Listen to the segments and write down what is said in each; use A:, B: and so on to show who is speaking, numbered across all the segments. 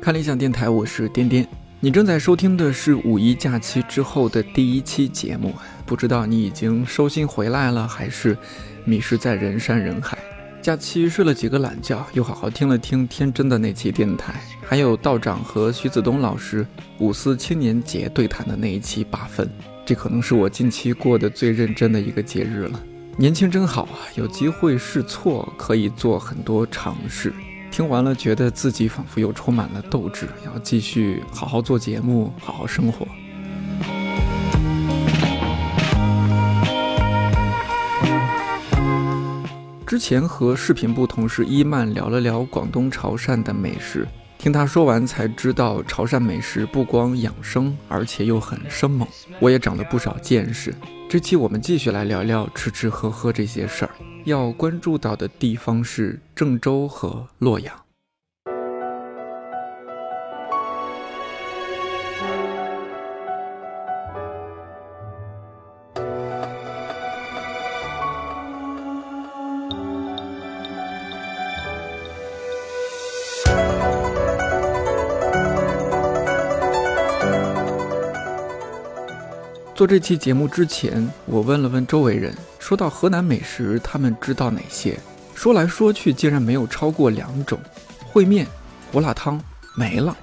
A: 看理想电台，我是颠颠。你正在收听的是五一假期之后的第一期节目，不知道你已经收心回来了，还是迷失在人山人海？假期睡了几个懒觉，又好好听了听天真的那期电台，还有道长和徐子东老师五四青年节对谈的那一期八分，这可能是我近期过得最认真的一个节日了。年轻真好啊，有机会试错，可以做很多尝试。听完了，觉得自己仿佛又充满了斗志，要继续好好做节目，好好生活。之前和视频部同事伊曼聊了聊广东潮汕的美食，听他说完才知道，潮汕美食不光养生，而且又很生猛。我也长了不少见识。这期我们继续来聊聊吃吃喝喝这些事儿。要关注到的地方是郑州和洛阳。做这期节目之前，我问了问周围人，说到河南美食，他们知道哪些？说来说去，竟然没有超过两种：烩面、胡辣汤没了。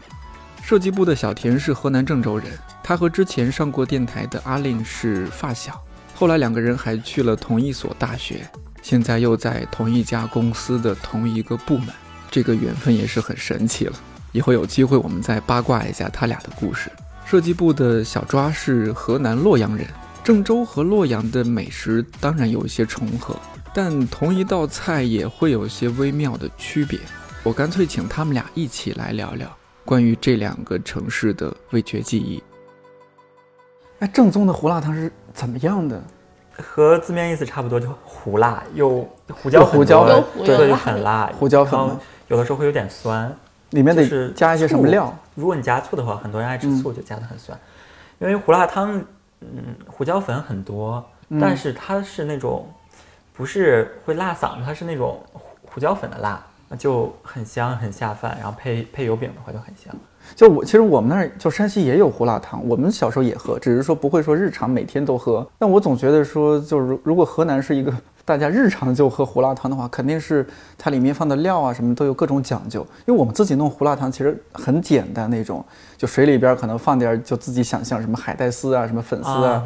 A: 设计部的小田是河南郑州人，他和之前上过电台的阿令是发小，后来两个人还去了同一所大学，现在又在同一家公司的同一个部门，这个缘分也是很神奇了。以后有机会我们再八卦一下他俩的故事。设计部的小抓是河南洛阳人，郑州和洛阳的美食当然有一些重合，但同一道菜也会有些微妙的区别。我干脆请他们俩一起来聊聊关于这两个城市的味觉记忆。
B: 哎，正宗的胡辣汤是怎么样的？
C: 和字面意思差不多，就胡辣，有胡椒很多，
B: 胡椒
D: 有胡有
C: 对，
D: 辣
C: 很辣，
B: 胡椒粉
C: 然后
B: 吗
C: 有的时候会有点酸，
B: 里面
C: 就
B: 得
C: 是
B: 加一些什么
C: 醋
B: 料？嗯
C: 如果你加醋的话，很多人爱吃醋，就加的很酸。因为胡辣汤，嗯，胡椒粉很多，
B: 嗯
C: 但是它是那种不是会辣嗓子，它是那种胡胡椒粉的辣，那就很香很下饭。然后配配油饼的话就很香。
B: 就我其实我们那儿就山西也有胡辣汤，我们小时候也喝，只是说不会说日常每天都喝。但我总觉得说，就是如如果河南是一个 大家日常就喝胡辣汤的话，肯定是它里面放的料啊什么都有各种讲究。因为我们自己弄胡辣汤其实很简单那种，就水里边可能放点儿就自己想象什么海带丝啊、什么粉丝啊，
C: 啊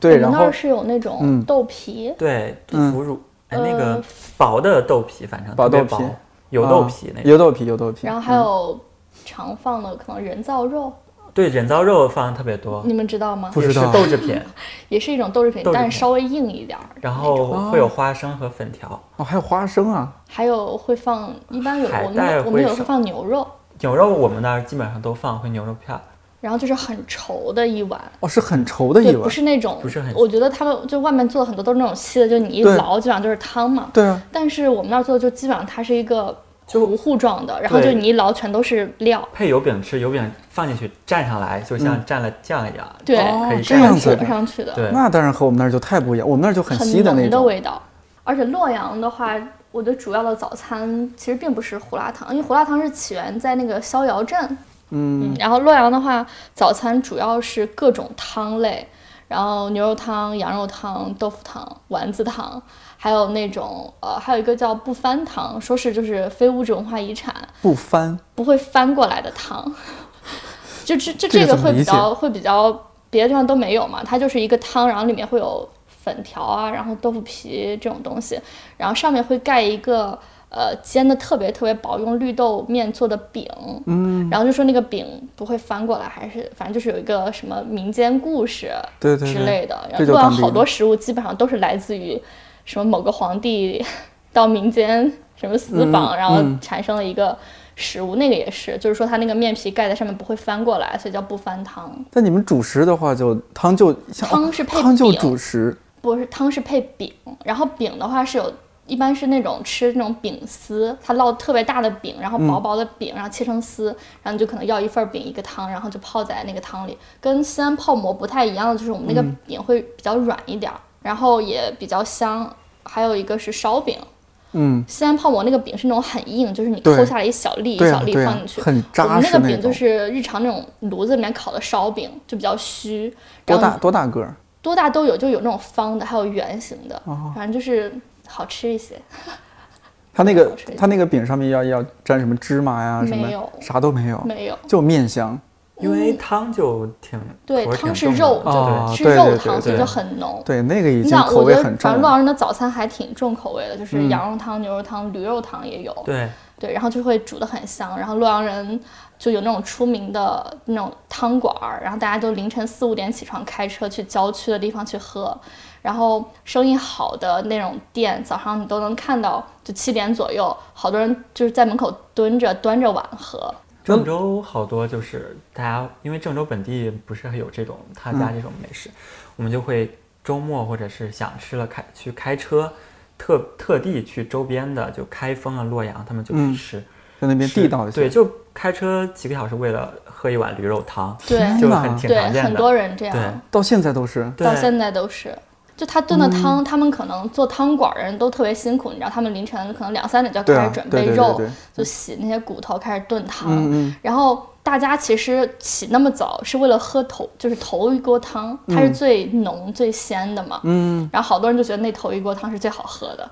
B: 对，
D: 我
B: 然
D: 们那
B: 后
D: 儿是有那种豆皮，
C: 对，豆
B: 嗯
C: 腐乳，哎，
D: 呃
C: 那个薄的豆皮，反正
B: 薄
C: 特别
B: 豆皮
C: 薄油豆皮那
B: 啊
C: 种。
B: 油豆皮、油豆皮，
D: 然后还有常放的可能人造肉，
C: 对，人造肉放的特别多，
D: 你们知道吗？
B: 不
C: 也
B: 知
C: 哦是
B: 道
C: 豆制品，
D: 也是一种豆制品
C: 豆，制
D: 但
C: 品
D: 是稍微硬一点儿。
C: 然后会有花生和粉条。
B: 哦，还有花生啊，
D: 还有会放，一般有
C: 海
D: 我们
C: 带
D: 有我们有
C: 会
D: 会放牛肉，
C: 牛肉我们那儿基本上都放，会牛肉片儿。
D: 然后就是很稠的一碗，
B: 哦，是很稠的一
D: 对，
B: 碗
D: 不，是那种，
C: 不是很
D: 我觉得他们就外面做的很多都是那种稀的，就你一
B: 对
D: 捞基本上就是汤嘛。
B: 对啊，
D: 但是我们那儿做的就基本上它是一个
C: 就
D: 糊糊状的，然后就
C: 对
D: 你一捞全都是料，
C: 配油饼吃，油饼放进去蘸上来，就像蘸了酱一样。
D: 对，
B: 哦
C: 可以
B: 这
C: 蘸
B: 样
C: 上
B: 子
D: 扯
B: 的
D: 上去的，
C: 对，
B: 那当然和我们那儿就太不一样，我们那儿就很稀
D: 很
B: 的那
D: 浓的
B: 种，
D: 味道。而且洛阳的话，我觉得主要的早餐其实并不是胡辣汤，因为胡辣汤是起源在那个逍遥镇。嗯，然后洛阳的话，早餐主要是各种汤类，然后牛肉汤、羊肉汤、豆腐汤、丸子汤，还有那种呃，还有一个叫不翻汤，说是就是非物质文化遗产，
B: 不翻。
D: 不会翻过来的汤， 就这这
B: 这个
D: 这个
B: 怎么
D: 会
B: 理
D: 比
B: 解
D: 较会比较别的地方都没有嘛，它就是一个汤，然后里面会有粉条啊，然后豆腐皮这种东西，然后上面会盖一个呃煎的特别特别薄，用绿豆面做的饼，嗯，然后就说那个饼不会翻过来，还是反正就是有一个什么民间故事
B: 对对
D: 之
B: 对
D: 类的，
B: 这
D: 然后
B: 就
D: 洛阳
B: 当地
D: 好
B: 的
D: 多食物基本上都是来自于什么某个皇帝 到民间什么私
B: 嗯
D: 访，然后产生了一个食物，那个也是，就是说它那个面皮盖在上面不会翻过来，所以叫不翻汤。
B: 但你们主食的话就，汤就像
A: 哦
D: 汤是配
B: 汤就
D: 饼
B: 主食，
D: 不是汤是配饼，然后饼的话是有，一般是那种吃那种饼丝，它烙特别大的饼，然后
A: 嗯
D: 薄薄的饼，然后切成丝，然后你就可能要一份饼一个汤，然后就泡在那个汤里。跟西安泡馍不太一样的就是我们那个
A: 嗯
D: 饼会比较软一点儿，然后也比较香。还有一个是烧饼，
A: 嗯，
D: 西安泡馍那个饼是那种很硬，就是你
A: 对
D: 抠下来一小粒一
A: 对
D: 小
A: 啊
D: 粒
A: 对啊
D: 放进去。
A: 很
D: 我
A: 扎
D: 们那
A: 实
D: 个饼就
A: 种。
D: 是日常那种炉子里面烤的烧饼，就比较虚。
A: 多
D: 然后
A: 大多大个儿？
D: 多大都有，就有那种方的，还有圆形的，
A: 哦
D: 反正就是好吃一些。
A: 它那个
D: 好吃
A: 它那个饼上面要要沾什么芝麻呀什
D: 没有
A: 么，啥都没有，
D: 没有，
A: 就面香。
C: 因为汤就挺
D: 对，
C: 口味
D: 汤
C: 挺
D: 是
C: 重的哦
D: 肉，
C: 对
A: 啊
D: 就
A: 对对
D: 是肉汤，
A: 对
D: 所以
A: 对
D: 就很浓。
A: 对，那个已
D: 你
A: 经
D: 想，
A: 口
D: 我
A: 味
D: 觉得
A: 很重
D: 反正洛
A: 了。嗯
D: 阳人的早餐还挺重口味的，就是羊肉汤、牛肉汤、驴肉汤也有。
C: 对
D: 对，然后就会煮得很香。然后洛阳人就有那种出名的那种汤馆儿，然后大家就凌晨四五点起床，开车去郊区的地方去喝。然后生意好的那种店，早上你都能看到，就七点左右，好多人就是在门口蹲着端着碗喝。
A: 嗯
C: 郑州好多就是大家，因为郑州本地不是有这种他
A: 嗯
C: 家这种美食，我们就会周末或者是想吃了开去开车，特特地去周边的就开封啊洛阳，他们就去
A: 嗯
C: 吃，
A: 在那边
C: 吃
A: 地道一些。
C: 对，就开车几个小时为了喝一碗驴肉汤，
D: 对
A: 天
C: 就
A: 哪
C: 很挺
D: 对
C: 常，见的。
D: 很多人这样。
C: 对
A: 到现在都是。
C: 对
D: 到现在都是。就他炖
A: 嗯
D: 的汤，他们可能做汤馆儿的人都特别辛苦，你知道，他们凌晨可能两三点就要
A: 对
D: 开
A: 啊
D: 始准
A: 对
D: 备
A: 对对
D: 肉，嗯
A: 对
D: 就洗那些骨头，开始炖汤。
A: 嗯嗯
D: 然后大家其实起那么早是为了喝头，就是头一锅汤，它是最浓、最鲜的嘛。
A: 嗯，
D: 然后好多人就觉得那头一锅汤是最好喝的，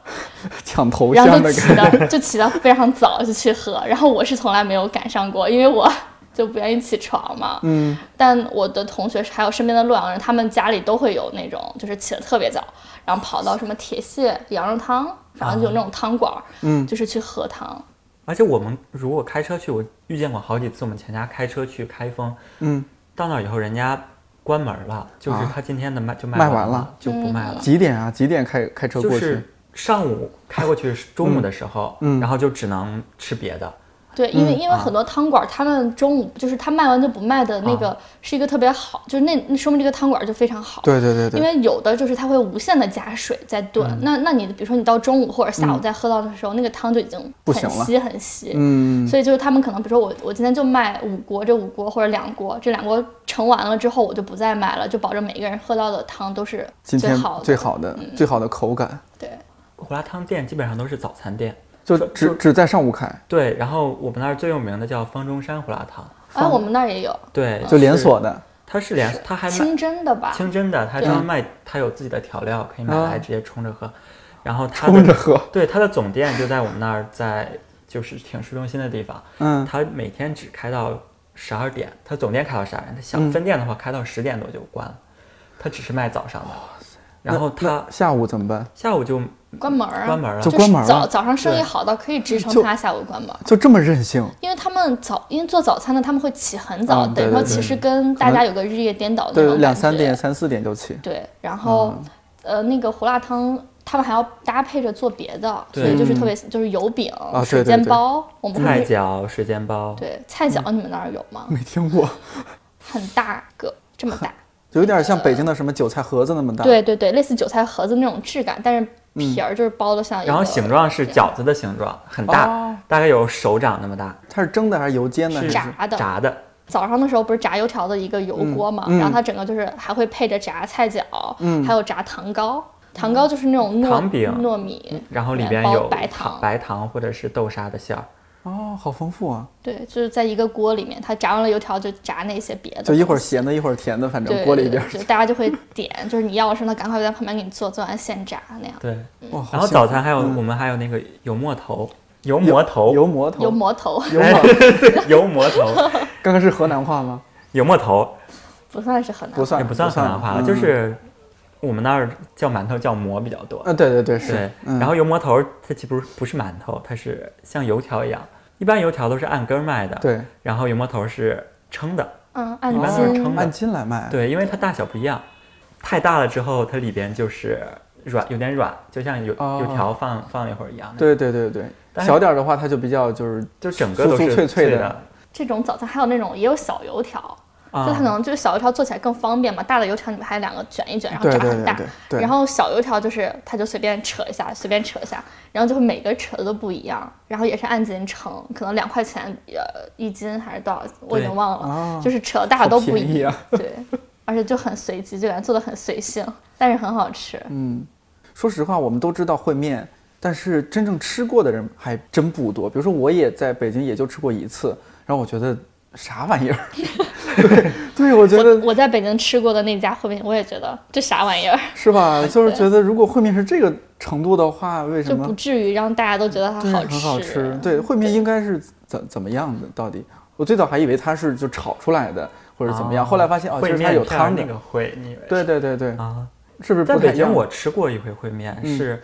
A: 抢头
D: 然后
A: 香
D: 就
A: 的
D: 起
A: 感觉。
D: 的 就起的非常早就去喝。然后我是从来没有赶上过，因为我就不愿意起床嘛。
A: 嗯，
D: 但我的同学还有身边的洛阳人，他们家里都会有那种，就是起得特别早，然后跑到什么铁屑羊肉汤，反正就有那种汤馆儿，
A: 嗯
D: 就是去喝汤。
C: 而且我们如果开车去，我遇见过好几次，我们全家开车去开封，
A: 嗯，
C: 到那儿以后人家关门了，就是
A: 啊
C: 他今天的卖就卖
A: 卖
C: 完
A: 完了
C: 就不
D: 嗯
C: 卖了。
A: 几点啊？几点开开车
C: 就
A: 过
C: 是
A: 去？
C: 上午开过去，中午的时候，
A: 嗯
C: 然后就只能吃别的。
D: 对，因为因为
C: 啊
D: 很多汤馆儿，他们中午就是他卖完就不卖的
A: 啊
D: 那个，是一个特别好，就是那那说明这个汤馆儿就非常好。
A: 对对对
D: 因
A: 对。嗯
D: 为有的就是它会无限的加水再炖，那那你比如说你到中午或者下午再喝到的时候，那个汤就已经
A: 不
D: 很
A: 行了
D: 稀很稀，
A: 嗯，
D: 所以就是他们可能比如说我我今天就卖五锅，这五锅或者两锅，这两锅盛完了之后我就不再买了，就保证每个人喝到的汤都是
A: 今
D: 最
A: 天
D: 好的。嗯
A: 最好的最好的口感，
D: 对，
C: 胡辣汤店基本上都是早餐店，
A: 就
C: 就
A: 只
C: 就
A: 只在上午开，
C: 对。然后我们那儿最有名的叫方中山胡辣汤，
D: 哎，我们那儿也有
C: 对，
A: 就连
C: 是，
A: 锁的。
C: 它是连，它还卖
D: 清真的吧？
C: 清真的，它
D: 对
C: 专门卖，它有自己的调料，可以买
A: 啊
C: 来直接冲着喝。然后它
A: 冲着
C: 的
A: 喝。
C: 对它的总店就在我们那儿，在就是挺市中心的地方，
A: 嗯，
C: 它每天只开到十二点，它总店开到十二点，它小
A: 嗯
C: 分店的话开到十点多就关了，它只是卖早上的。然后
A: 那
C: 它
A: 那下午怎么办？
C: 下午就
D: 关门儿啊，
C: 关门儿啊
D: 就
A: 就关门儿
D: 是早
A: 了
D: 早上生意
C: 对
D: 好到可以支撑
A: 就
D: 他下午关门儿。
A: 就这么任性？
D: 因为他们早，因为做早餐的他们会起很早，
A: 嗯对
D: 等于说
A: 对
D: 其
A: 对
D: 实跟大家有个日夜颠倒的那种
A: 对，
D: 感
A: 两三
D: 觉
A: 点、啊三四点就起。
D: 对，然后、呃，那个胡辣汤他们还要搭配着做别的，所以就是特别就是油饼、
A: 啊对
D: 水
A: 对
D: 煎
A: 对
D: 包，我们
C: 菜
D: 会
C: 饺、水煎包，
D: 对菜饺，你们那儿有吗？
A: 没听过，
D: 很大个，这么大，
A: 就有点像北京的什么韭菜盒子那么大。，嗯
D: 对对对，类似韭菜盒子那种质感，但是皮儿就是包的像一个，
C: 然后形状是饺子的形状，很大，
A: 哦
C: 大概有手掌那么大，
A: 它是蒸的还是油煎的？还
C: 是
A: 是
D: 炸的
C: 炸的，
D: 早上的时候不是炸油条的一个油锅嘛，
A: 嗯嗯
D: 然后它整个就是还会配着炸菜饺，
A: 嗯
D: 还有炸糖糕，糖糕就是那种糯
C: 糖饼
D: 糯米，
C: 然后里边
D: 包
C: 有
D: 白糖
C: 白糖或者是豆沙的馅儿。
A: 哦，好丰富啊！
D: 对，就是在一个锅里面，它炸完了油条就炸那些别的
A: 就
D: 东西，
A: 一会儿咸的，一会儿甜的，反正
D: 对
A: 锅里边儿。
D: 就大家就会点，就是你要什么，赶快在旁边给你做，做完现炸那样。
C: 对，
A: 哇，好
C: 然后
A: 幸
C: 早
A: 福嗯
C: 餐还有、我们还有那个油馍头，油馍头，
A: 油馍头，
D: 有馍头
A: 油 馍，
C: 油馍头，
A: 刚刚是河南话吗？
C: 油 馍头
D: 不算是很难，
A: 不算，
C: 也不算河南话了，就
A: 嗯
C: 是我们那儿叫馒头叫馍比较多。
A: 啊，对对对，是
C: 对，，
A: 嗯
C: 然后油馍头它其实不是不是馒头，它是像油条一样，一般油条都是按根儿卖的，，
A: 对，哦
C: 然后油馍头是称的，
D: 嗯，按
C: 一般都是
D: 斤
C: 称的
A: 按斤来卖，
C: 对，因为它大小不一样，太大了之后它里边就是软，有点软，就像油、
A: 哦
C: 油条放放了一会儿一样，，
A: 对对对对
C: 但是
A: 小点儿的话，它就比较就是
C: 就整个都
A: 酥
C: 是
A: 酥脆脆的
C: 的，
D: 这种早餐还有那种也有小油条，
C: 啊
D: 就它可能就是小油条做起来更方便嘛，大的油条你们还两个卷一卷，然后
A: 对
D: 炸
A: 对
D: 很
A: 对
D: 大
A: 对，对，
D: 然后小油条就是它就随便扯一下，随便扯一下，然后就会每个扯的都不一样，然后也是按斤称，可能两块钱呃一斤还是多少，我已经
C: 对
D: 忘了，
A: 啊
D: 就是扯的大的都不
A: 便宜
D: 一样，
A: 啊
D: 对，而且就很随机，就感觉做的很随性，但是很好吃，
A: 嗯，说实话，我们都知道烩面但是真正吃过的人还真不多。比如说，我也在北京也就吃过一次，然后我觉得啥玩意儿？ 对，对我觉得
D: 我我在北京吃过的那家烩面，我也觉得这啥玩意儿，
A: 是吧？就是觉得如果烩面是这个程度的话，为什
D: 就
A: 么
D: 不至于让大家都觉得它
A: 对
D: 吃。
A: 很好吃？对，烩面应该是怎怎么样的？到底我最早还以为它是就炒出来的或者怎么样，
C: 啊
A: 后来发现哦，
C: 烩
A: 就是它
C: 面
A: 有
C: 片儿
A: 汤的
C: 那。个烩，你以为
A: 对
C: 是
A: 对对对，
C: 啊？
A: 是不是
C: 在
A: 不得
C: 北
A: 劲
C: 京
A: 儿？
C: 我吃过一回烩面，
A: 嗯
C: 是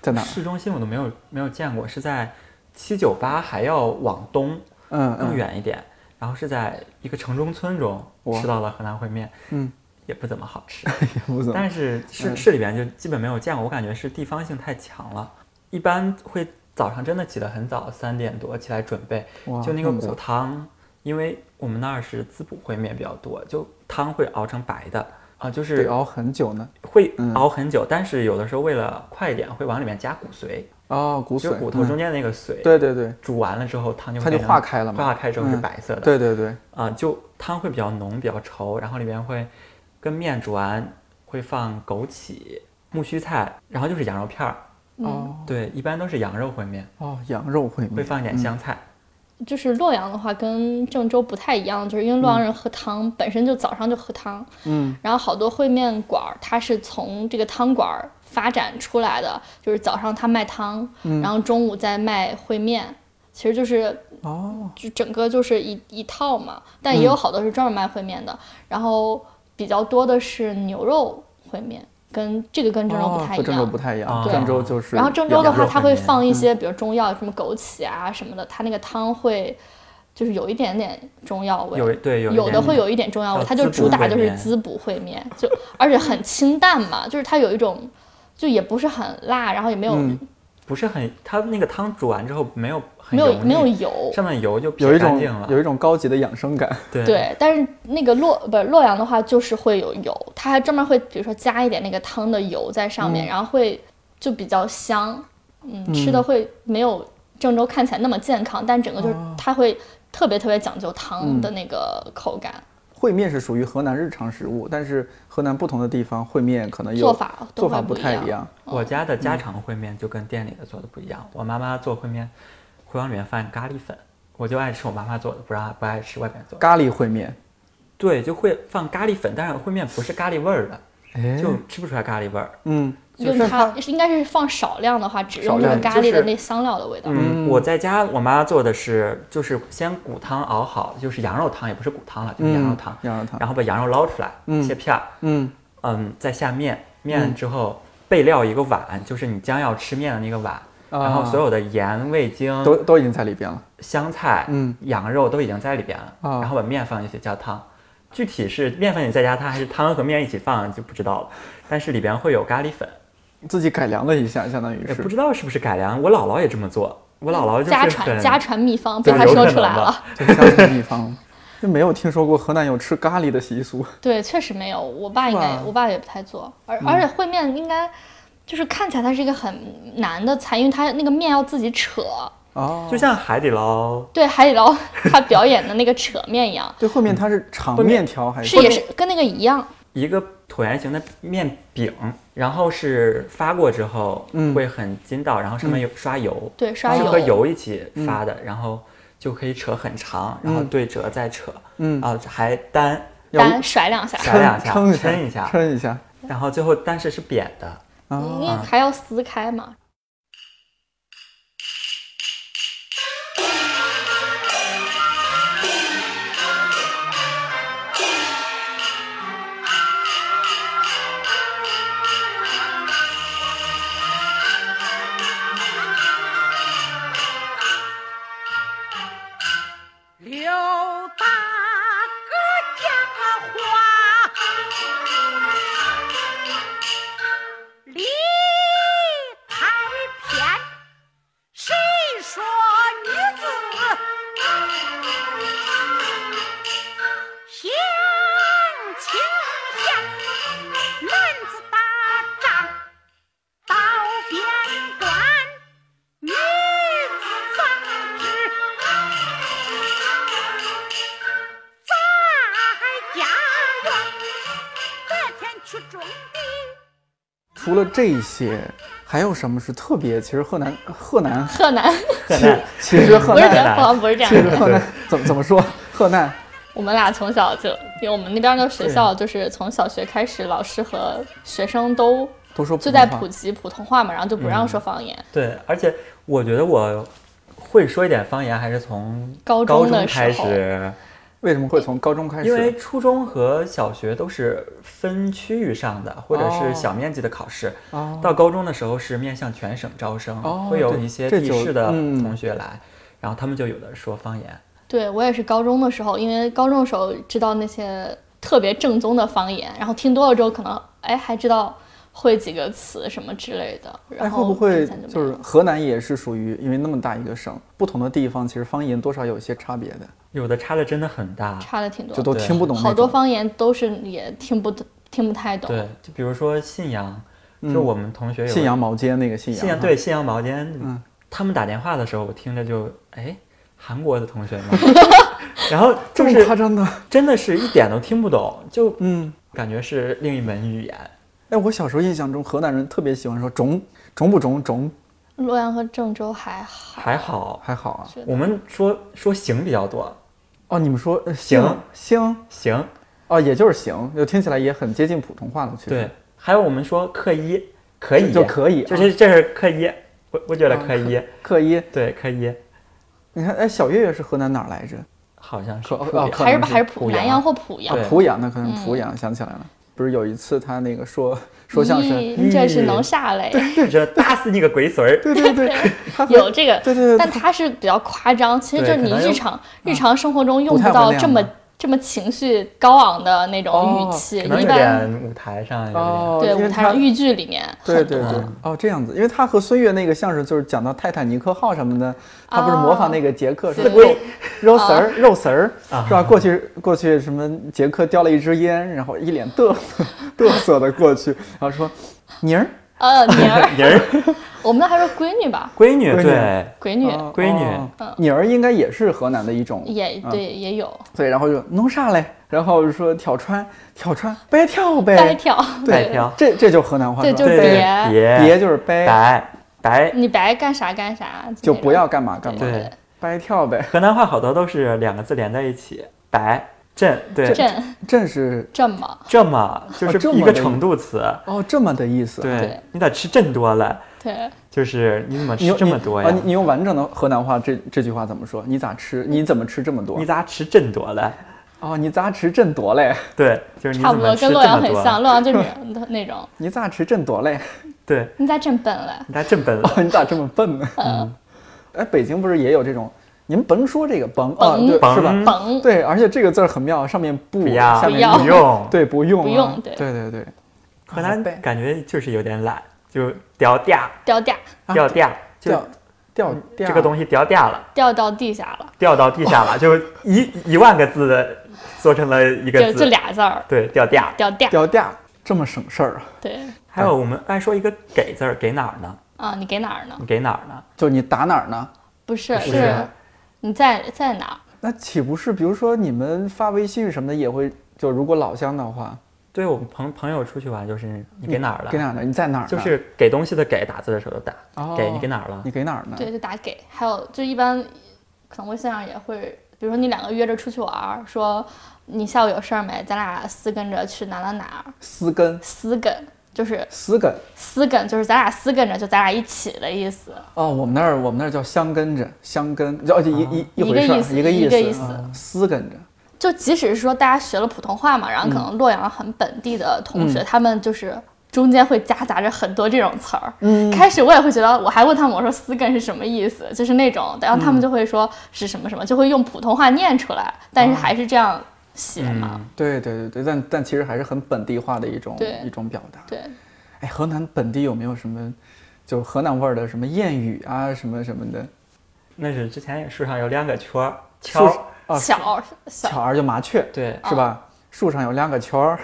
A: 在哪儿？
C: 市中心我都没有没有见过，是在七九八还要往东
A: 嗯
C: 更
A: 嗯，
C: 远一点，然后是在一个城中村中
A: 哇
C: 吃到了河南烩面，
A: 嗯，
C: 也不怎么好 吃，
A: 不怎么
C: 但是市
A: 嗯
C: 市里边就基本没有见过，我感觉是地方性太强了，一般会早上真的起得很早，三点多起来准备，
A: 哇
C: 就那个
A: 这么
C: 骨
A: 早
C: 汤，因为我们那儿是滋补烩面比较多，就汤会熬成白的啊，就
A: 得
C: 是
A: 熬很久呢。
C: 会
A: 嗯
C: 熬很久，但是有的时候为了快一点，会往里面加骨髓，
A: 哦，骨
C: 就是
A: 髓，
C: 骨头中
A: 嗯
C: 间那个髓，
A: 对对对，
C: 煮完了之后汤就
A: 它就
C: 变成
A: 化开了嘛
C: 化开之后是
A: 嗯
C: 白色的，
A: 对对对，
C: 啊、就汤会比较浓，比较稠，然后里面会跟面煮完会放枸杞、木须菜，然后就是羊肉片儿，
D: 嗯，
A: 哦
C: 对，一般都是羊肉烩面，
A: 哦，羊肉烩面
C: 会放一点
A: 嗯
C: 香菜，
D: 就是洛阳的话跟郑州不太一样，就是因为洛阳人喝汤、本身就早上就喝汤，
A: 嗯，
D: 然后好多烩面馆儿它是从这个汤馆儿发展出来的，就是早上他卖汤，
A: 嗯
D: 然后中午再卖烩面，其实就是
A: 哦，
D: 就整个就是一一套嘛，但
A: 嗯
D: 也有好多是专门卖烩面的，然后比较多的是牛肉烩面，跟这个跟郑州不
A: 哦
D: 太一
A: 和郑州
D: 样。
A: 不太一样，
C: 啊
A: 郑州就是。
D: 然后郑州的话，
C: 羊肉
D: 它
C: 烩
D: 会
C: 面嗯
D: 放一些，比如中药，什么枸杞啊什么的，它那个汤会就是有一点点中药味，
C: 有对有一
D: 嗯有的
C: 点
D: 会有一点中药味
C: 哦，
D: 它就
C: 滋补
D: 主打
C: 烩
D: 就是
C: 面
D: 滋补烩面，就而且很清淡嘛，就是它有一种就也不是很辣，然后也没有
A: 嗯
C: 不是很，它那个汤煮完之后没有很
D: 没有
C: 油腻
D: 没有油，
C: 上面油就撇
A: 有一
C: 干
A: 种
C: 净了，
A: 有一种高级的养生感，
C: 对
D: 对，但是那个洛不是洛阳的话，就是会有油，它还专门会比如说加一点那个汤的油在上
C: 嗯
D: 面，然后会就比较香，嗯，吃的会没有郑州看起来那么健康，但整个就是
C: 哦
D: 它会特别特别讲究汤
C: 嗯
D: 的那个口感、
A: 烩面是属于河南日常食物，但是河南不同的地方烩面可能有
D: 做法都
A: 做
D: 会
A: 法
D: 不一
A: 太
D: 样
A: 一样。
C: 我家的
A: 嗯
C: 家常烩面就跟店里的做的不一样，我妈妈做烩面会往里面放咖喱粉，我就爱吃我妈妈做的，不让不爱吃外面做的。
A: 咖喱烩面，
C: 对，就会放咖喱粉，但是烩面不是咖喱味儿的，
A: 哎
C: 就吃不出来咖喱味儿。
A: 嗯，
D: 用
A: 是
D: 它应该是放少量的话，只用
A: 少
D: 这个
A: 量
D: 咖喱
C: 就
D: 的
C: 是
D: 那香料的味道。
C: 嗯，我在家我妈做的是，就是先骨汤熬好，就是羊肉汤，也不是骨汤了，就是羊肉汤，
A: 嗯羊肉汤
C: 然后把羊肉捞出来，
A: 嗯
C: 切片儿，
A: 嗯
C: 嗯，再下面，面之后备料一个碗，就是你将要吃面的那个碗，然后
A: 啊
C: 所有的盐、味精、
A: 都都已经在里边了。
C: 香菜、
A: 嗯
C: 羊肉都已经在里边了，
A: 啊
C: 然后把面放进去加汤。具体是面粉也再加汤，还是汤和面一起放就不知道了。但是里边会有咖喱粉，
A: 自己改良了一下，相当于
C: 也
A: 是
C: 不知道是不是改良。我姥姥也这么做，我姥姥嗯就是
D: 家
C: 很
D: 传家传秘方被
C: 对
D: 他
C: 有
D: 说
C: 可
D: 出
C: 能
D: 来
C: 吧
D: 了。
A: 就家常秘方， 就没有听说过河南有吃咖喱的习俗。
D: 对，确实没有。我爸应该
A: 吧，嗯
D: 我爸也不太做，而而且烩面应该就是看起来它是一个很难的菜，因为它那个面要自己扯，
A: 哦，
C: 就像海底捞，
D: 对海底 捞他表演的那个扯面一样，
A: 对，烩面它是长面条还
D: 是也是跟那个一样，
C: 一个椭圆形的面饼，然后是发过之后
A: 嗯
C: 会很筋道，然后上面有刷油，
D: 嗯对，刷
C: 是
D: 油，嗯
C: 和油一起发的，然后就可以扯很长，然后
A: 嗯
C: 对折再扯，
A: 嗯
C: 然后还单，
A: 要
D: 单甩两下，
C: 甩啊两下
A: 撑一
C: 撑一下
A: 撑一下
C: 然后最后但是是扁的，
D: 因
A: 啊
D: 为还要撕开嘛。
E: 刘大哥讲话，理太偏。谁说女子享清闲，男子打仗到边关，女子纺织。在家园，白天去种地，
A: 除了这些，还有什么是特别？其实河南河南
D: 河南，
C: 河南，
A: 其实河
D: 不是
A: 南
D: 觉得好像不是这样
A: 其
D: 的
A: 实。河南怎么怎么说？河 南
D: 我们俩从小就，因为我们那边的学校就是从小学开始，老师和学生都
A: 都说普
D: 就
A: 通
D: 在
A: 话嗯
D: 普及普通话嘛，然后就不让说方言。
C: 对，而且我觉得我会说一点方言，还是从
D: 高中
C: 中
D: 的时候
C: 开始，
A: 为什么会从高中开始？
C: 因为初中和小学都是分区域上的，或者
A: 哦
C: 是小面积的考试。
A: 哦
C: 到高中的时候是面向全省招生，
A: 哦
C: 会有
A: 对
C: 一些
A: 这
C: 地
A: 就
C: 市的
A: 嗯
C: 同学来，然后他们就有的说方言。
D: 对我也是高中的时候，因为高中的时候知道那些特别正宗的方言，然后听多了之后，可能哎还知道会几个词什么之类的。
A: 哎，
D: 然
A: 会
D: 后
A: 不会
D: 之前就
A: 就
D: 没
A: 是
D: 有
A: 河南也是属于因为那么大一个省，不同的地方其实方言多少有一些差别的，
C: 有的差的真的很大，
D: 差的挺多
A: 就
D: 的，
A: 都
C: 对
A: 听不懂那
D: 好多
A: 种
D: 方言都是也听不懂听不太懂。
C: 对，就比如说信阳，
A: 嗯
C: 就我们同学有
A: 信阳毛尖那个信阳，
C: 信阳对信阳毛尖，
A: 嗯
C: 他们打电话的时候，我听着就哎，韩国的同学 们，然后
A: 这
C: 就
A: 么夸
C: 是
A: 张的，
C: 真的是一点都听不懂，就
A: 嗯。
C: 感觉是另一门语言。
A: 哎，我小时候印象中河南人特别喜欢说“中中不中中
D: 洛阳和郑州还好，
C: 还”，好，
A: 还好啊。
D: 是的
C: 我们说说行比较多，
A: 哦，你们说呃
C: 行
A: 行
C: 行
A: 哦，也就是行，就听起来也很接近普通话了。其实
C: 对，，还有我们说课一可以
A: 就可以
C: 这是 这是课一，我我觉得
A: 啊
C: 课一、
A: 课一。
C: 对课一
A: 你看，哎，小岳岳是河南哪儿来着？
C: 好像是
A: 可
C: 普
A: 哦
C: 遍
A: 可
D: 还是
A: 能是
D: 还是浦
C: 濮阳
D: 南阳或濮阳
A: 啊
C: 对，
A: 濮阳，那可
D: 嗯
A: 能是濮阳，想起来了。不是有一次他那个说说相声，
D: 咦你嗯这是能啥嘞？
C: 这打死你个龟孙儿！
A: 对对对， 他会
D: 有这个，
A: 对对对
D: 但它是比较夸张，其实
C: 对
D: 就是你
C: 可能
D: 日
C: 有
D: 常日常生活中用
A: 不太
D: 不
A: 会
D: 到
A: 那
D: 这
A: 样
D: 么
A: 吧
D: 这么情绪高昂的那种
A: 哦
D: 语气，
C: 可能
D: 一
C: 有
D: 般
C: 点舞台上有点，
A: 哦，
D: 对
A: 因为
D: 舞台
A: 他
D: 上豫剧里面
A: 对
D: 很
A: 对
D: 多
A: 对，哦这样子，因为他和孙越那个相声就是讲到泰坦尼克号什么的，他不是模仿那个杰克说
D: 啊对
A: 肉肉丝儿肉丝儿
C: 啊
A: 是吧？过去过去什么杰克叼了一支烟，然后一脸嘚 瑟嘚瑟的过去，然后说妮儿
D: 呃 女儿，
C: 人儿
D: 我们那还说闺女吧，
C: 闺女
A: 闺女
C: 对，
D: 闺女
A: 哦
C: 闺女
A: 哦妮儿应该也是河南的一种
D: 嗯也
A: 嗯
D: 对也有
A: 对，然后就弄啥嘞，然后说挑川挑川掰跳
D: 白
A: 呗，
D: 条，
C: 白
D: 对，
C: 嫖，
A: 这这就河南话
D: 对
A: 是吧
D: 就
C: 对
D: 是
C: 对
D: 别
A: 别
C: 别
A: 就是掰，
C: 白白，
D: 你白干啥干啥，
A: 就
D: 那
A: 不
D: 种
A: 要干嘛干嘛
D: 对，
C: 对
A: 掰跳呗。
C: 河南话好多都是两个字连在一起，白朕对
D: 正
A: 正是
D: 正嘛，
C: 这么就
A: 哦这
C: 是
A: 么
C: 一
A: 的
C: 个程度词，
A: 哦这么的意思啊。
C: 对
D: 对
C: 你咋吃朕多了？
D: 对，
C: 就是你怎么
A: 你
C: 吃
A: 用
C: 这么多
A: 你啊！
C: 呀
A: 你？你用完整的河南话这这句话怎么说？你咋吃？你怎么吃这么多
C: 你？咋吃朕多了？
A: 哦，你咋吃朕多嘞？
C: 对，就是你
D: 差
C: 怎
D: 不
C: 么
D: 多
C: 吃
D: 跟
C: 这
D: 洛阳
C: 么
D: 很像，
C: 多？
D: 洛阳就是那种
A: 你咋吃朕多嘞？
C: 对，
D: 你咋真笨嘞，
C: 你咋这么笨了？
A: 哦，你咋这么笨呢？
D: 嗯，
A: 哎，北京不是也有这种？您甭说这个甭啊，
D: 甭
A: 对，是吧
C: 甭？
D: 甭
A: 对，而且这个字儿很妙，上面不，
C: 不要
A: 下
D: 不
A: 面
D: 要
C: 不 用，
A: 对，不用啊，
D: 不用对
A: 对对对。
C: 河南
A: 呗
C: 感觉就是有点懒，就掉调
D: 掉价
A: 啊
C: 掉调，
A: 掉
C: 就
A: 掉掉
C: 这个东西掉调了。
D: 掉到地下了，
C: 掉到地 下了，就一一万个字的缩成了一
D: 就
C: 个
D: 就
C: 字，
D: 俩字儿，
C: 对，掉
A: 啊
C: 价。
D: 掉价，
A: 掉掉，这么省事儿啊！
D: 对。
C: 还有我们爱说一个给字儿，给哪儿呢？
D: 啊，你给哪儿呢？
C: 你给哪儿呢？
A: 就你打哪儿呢？
D: 不是，啊
C: 是
D: 是你在在哪儿？
A: 那岂不是比如说你们发微信什么的也会？就如果老乡的话，
C: 对我们朋朋友出去玩，就是你给哪儿了？
A: 给哪儿呢？你在哪儿呢？
C: 就是给东西的给，打字的时候打
A: 哦
C: 给，你给哪儿了
A: 你？给哪儿呢？
D: 对，就打给。还有就一般，可能微信上也会，比如说你两个约着出去玩儿，说你下午有事儿没？咱俩私跟着去哪哪哪儿？
A: 丝根，
D: 私跟就是
A: 丝根。
D: 私跟，就是咱俩私跟着，就咱俩一起的意思。
A: 哦，我们那儿我们那儿叫相跟着，相跟，就哦就一一一
D: 一
A: 回
D: 个
A: 事儿
D: 意，思
A: 一个
D: 一
A: 意
D: 个意思
A: 啊丝跟着。
D: 就即使是说大家学了普通话嘛，然后可能洛阳很本地的同学，他们就是。中间会夹杂着很多这种词儿，嗯，开始我也会觉得，我还问他们我说“丝根”是什么意思，就是那种，然后他们
A: 嗯
D: 就会说是什么什么，就会用普通话念出来，但是还是这样写嘛，
A: 对对对对，但但其实还是很本地化的一种
D: 对
A: 一种表达。
D: 对，
A: 哎，河南本地有没有什么，就是河南味儿的什么谚语啊，什么什么的？
C: 那是之前树上有两个圈儿，
A: 树
C: 敲
A: 啊，
D: 巧巧
A: 巧儿就麻雀，
C: 对
A: 是吧？
D: 哦
A: 树上有两个圈儿，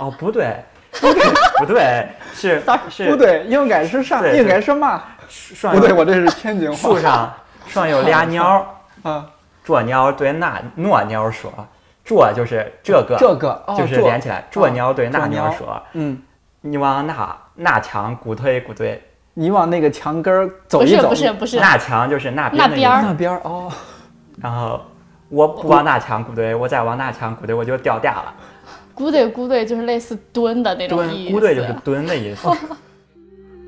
C: 哦，不对，不对，是是
A: 不对，应该是啥？
C: 对对
A: 应该是嘛？
C: 树上
A: 不对，
C: 有
A: 我这是天津话
C: 树上树上有俩鸟儿，
A: 啊，
C: 这鸟儿对那那鸟儿说，这就是这个
A: 这个哦
C: 就是
A: 这
C: 连起来，这
A: 哦
C: 鸟对
A: 这
C: 那
A: 鸟
C: 说，
A: 嗯，
C: 你往哪那墙骨推骨推，
A: 你往那个墙根儿走
D: 不
A: 一
D: 是
A: 走，
D: 不是不是，
C: 那强就是那边
D: 那
C: 的意
D: 边
C: 思
D: 儿
A: 那边儿哦，
C: 然后我不往那墙鼓堆，我再往那墙鼓堆，我就掉价了。
D: 咕对咕对就是类似蹲的那种
C: 蹲，
D: 意思。
C: 鼓堆就是蹲的意思。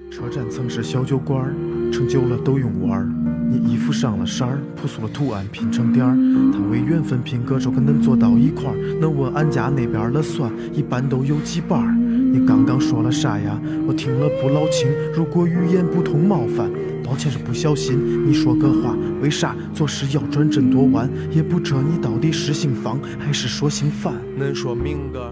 F: 舌战曾是小酒馆儿，成就了都用玩儿。你衣服上了色儿，朴素了图案拼成点儿。他为缘分拼个手，跟恁坐到一块儿。恁问俺家那边儿的蒜，一般都有几瓣儿。你刚刚说了啥呀？我听了不老清。如果语言不通冒犯，抱歉是不小心。你说个话，为啥做事要转真多弯？也不知你到底是姓房还是说姓范。
G: 恁说明个儿。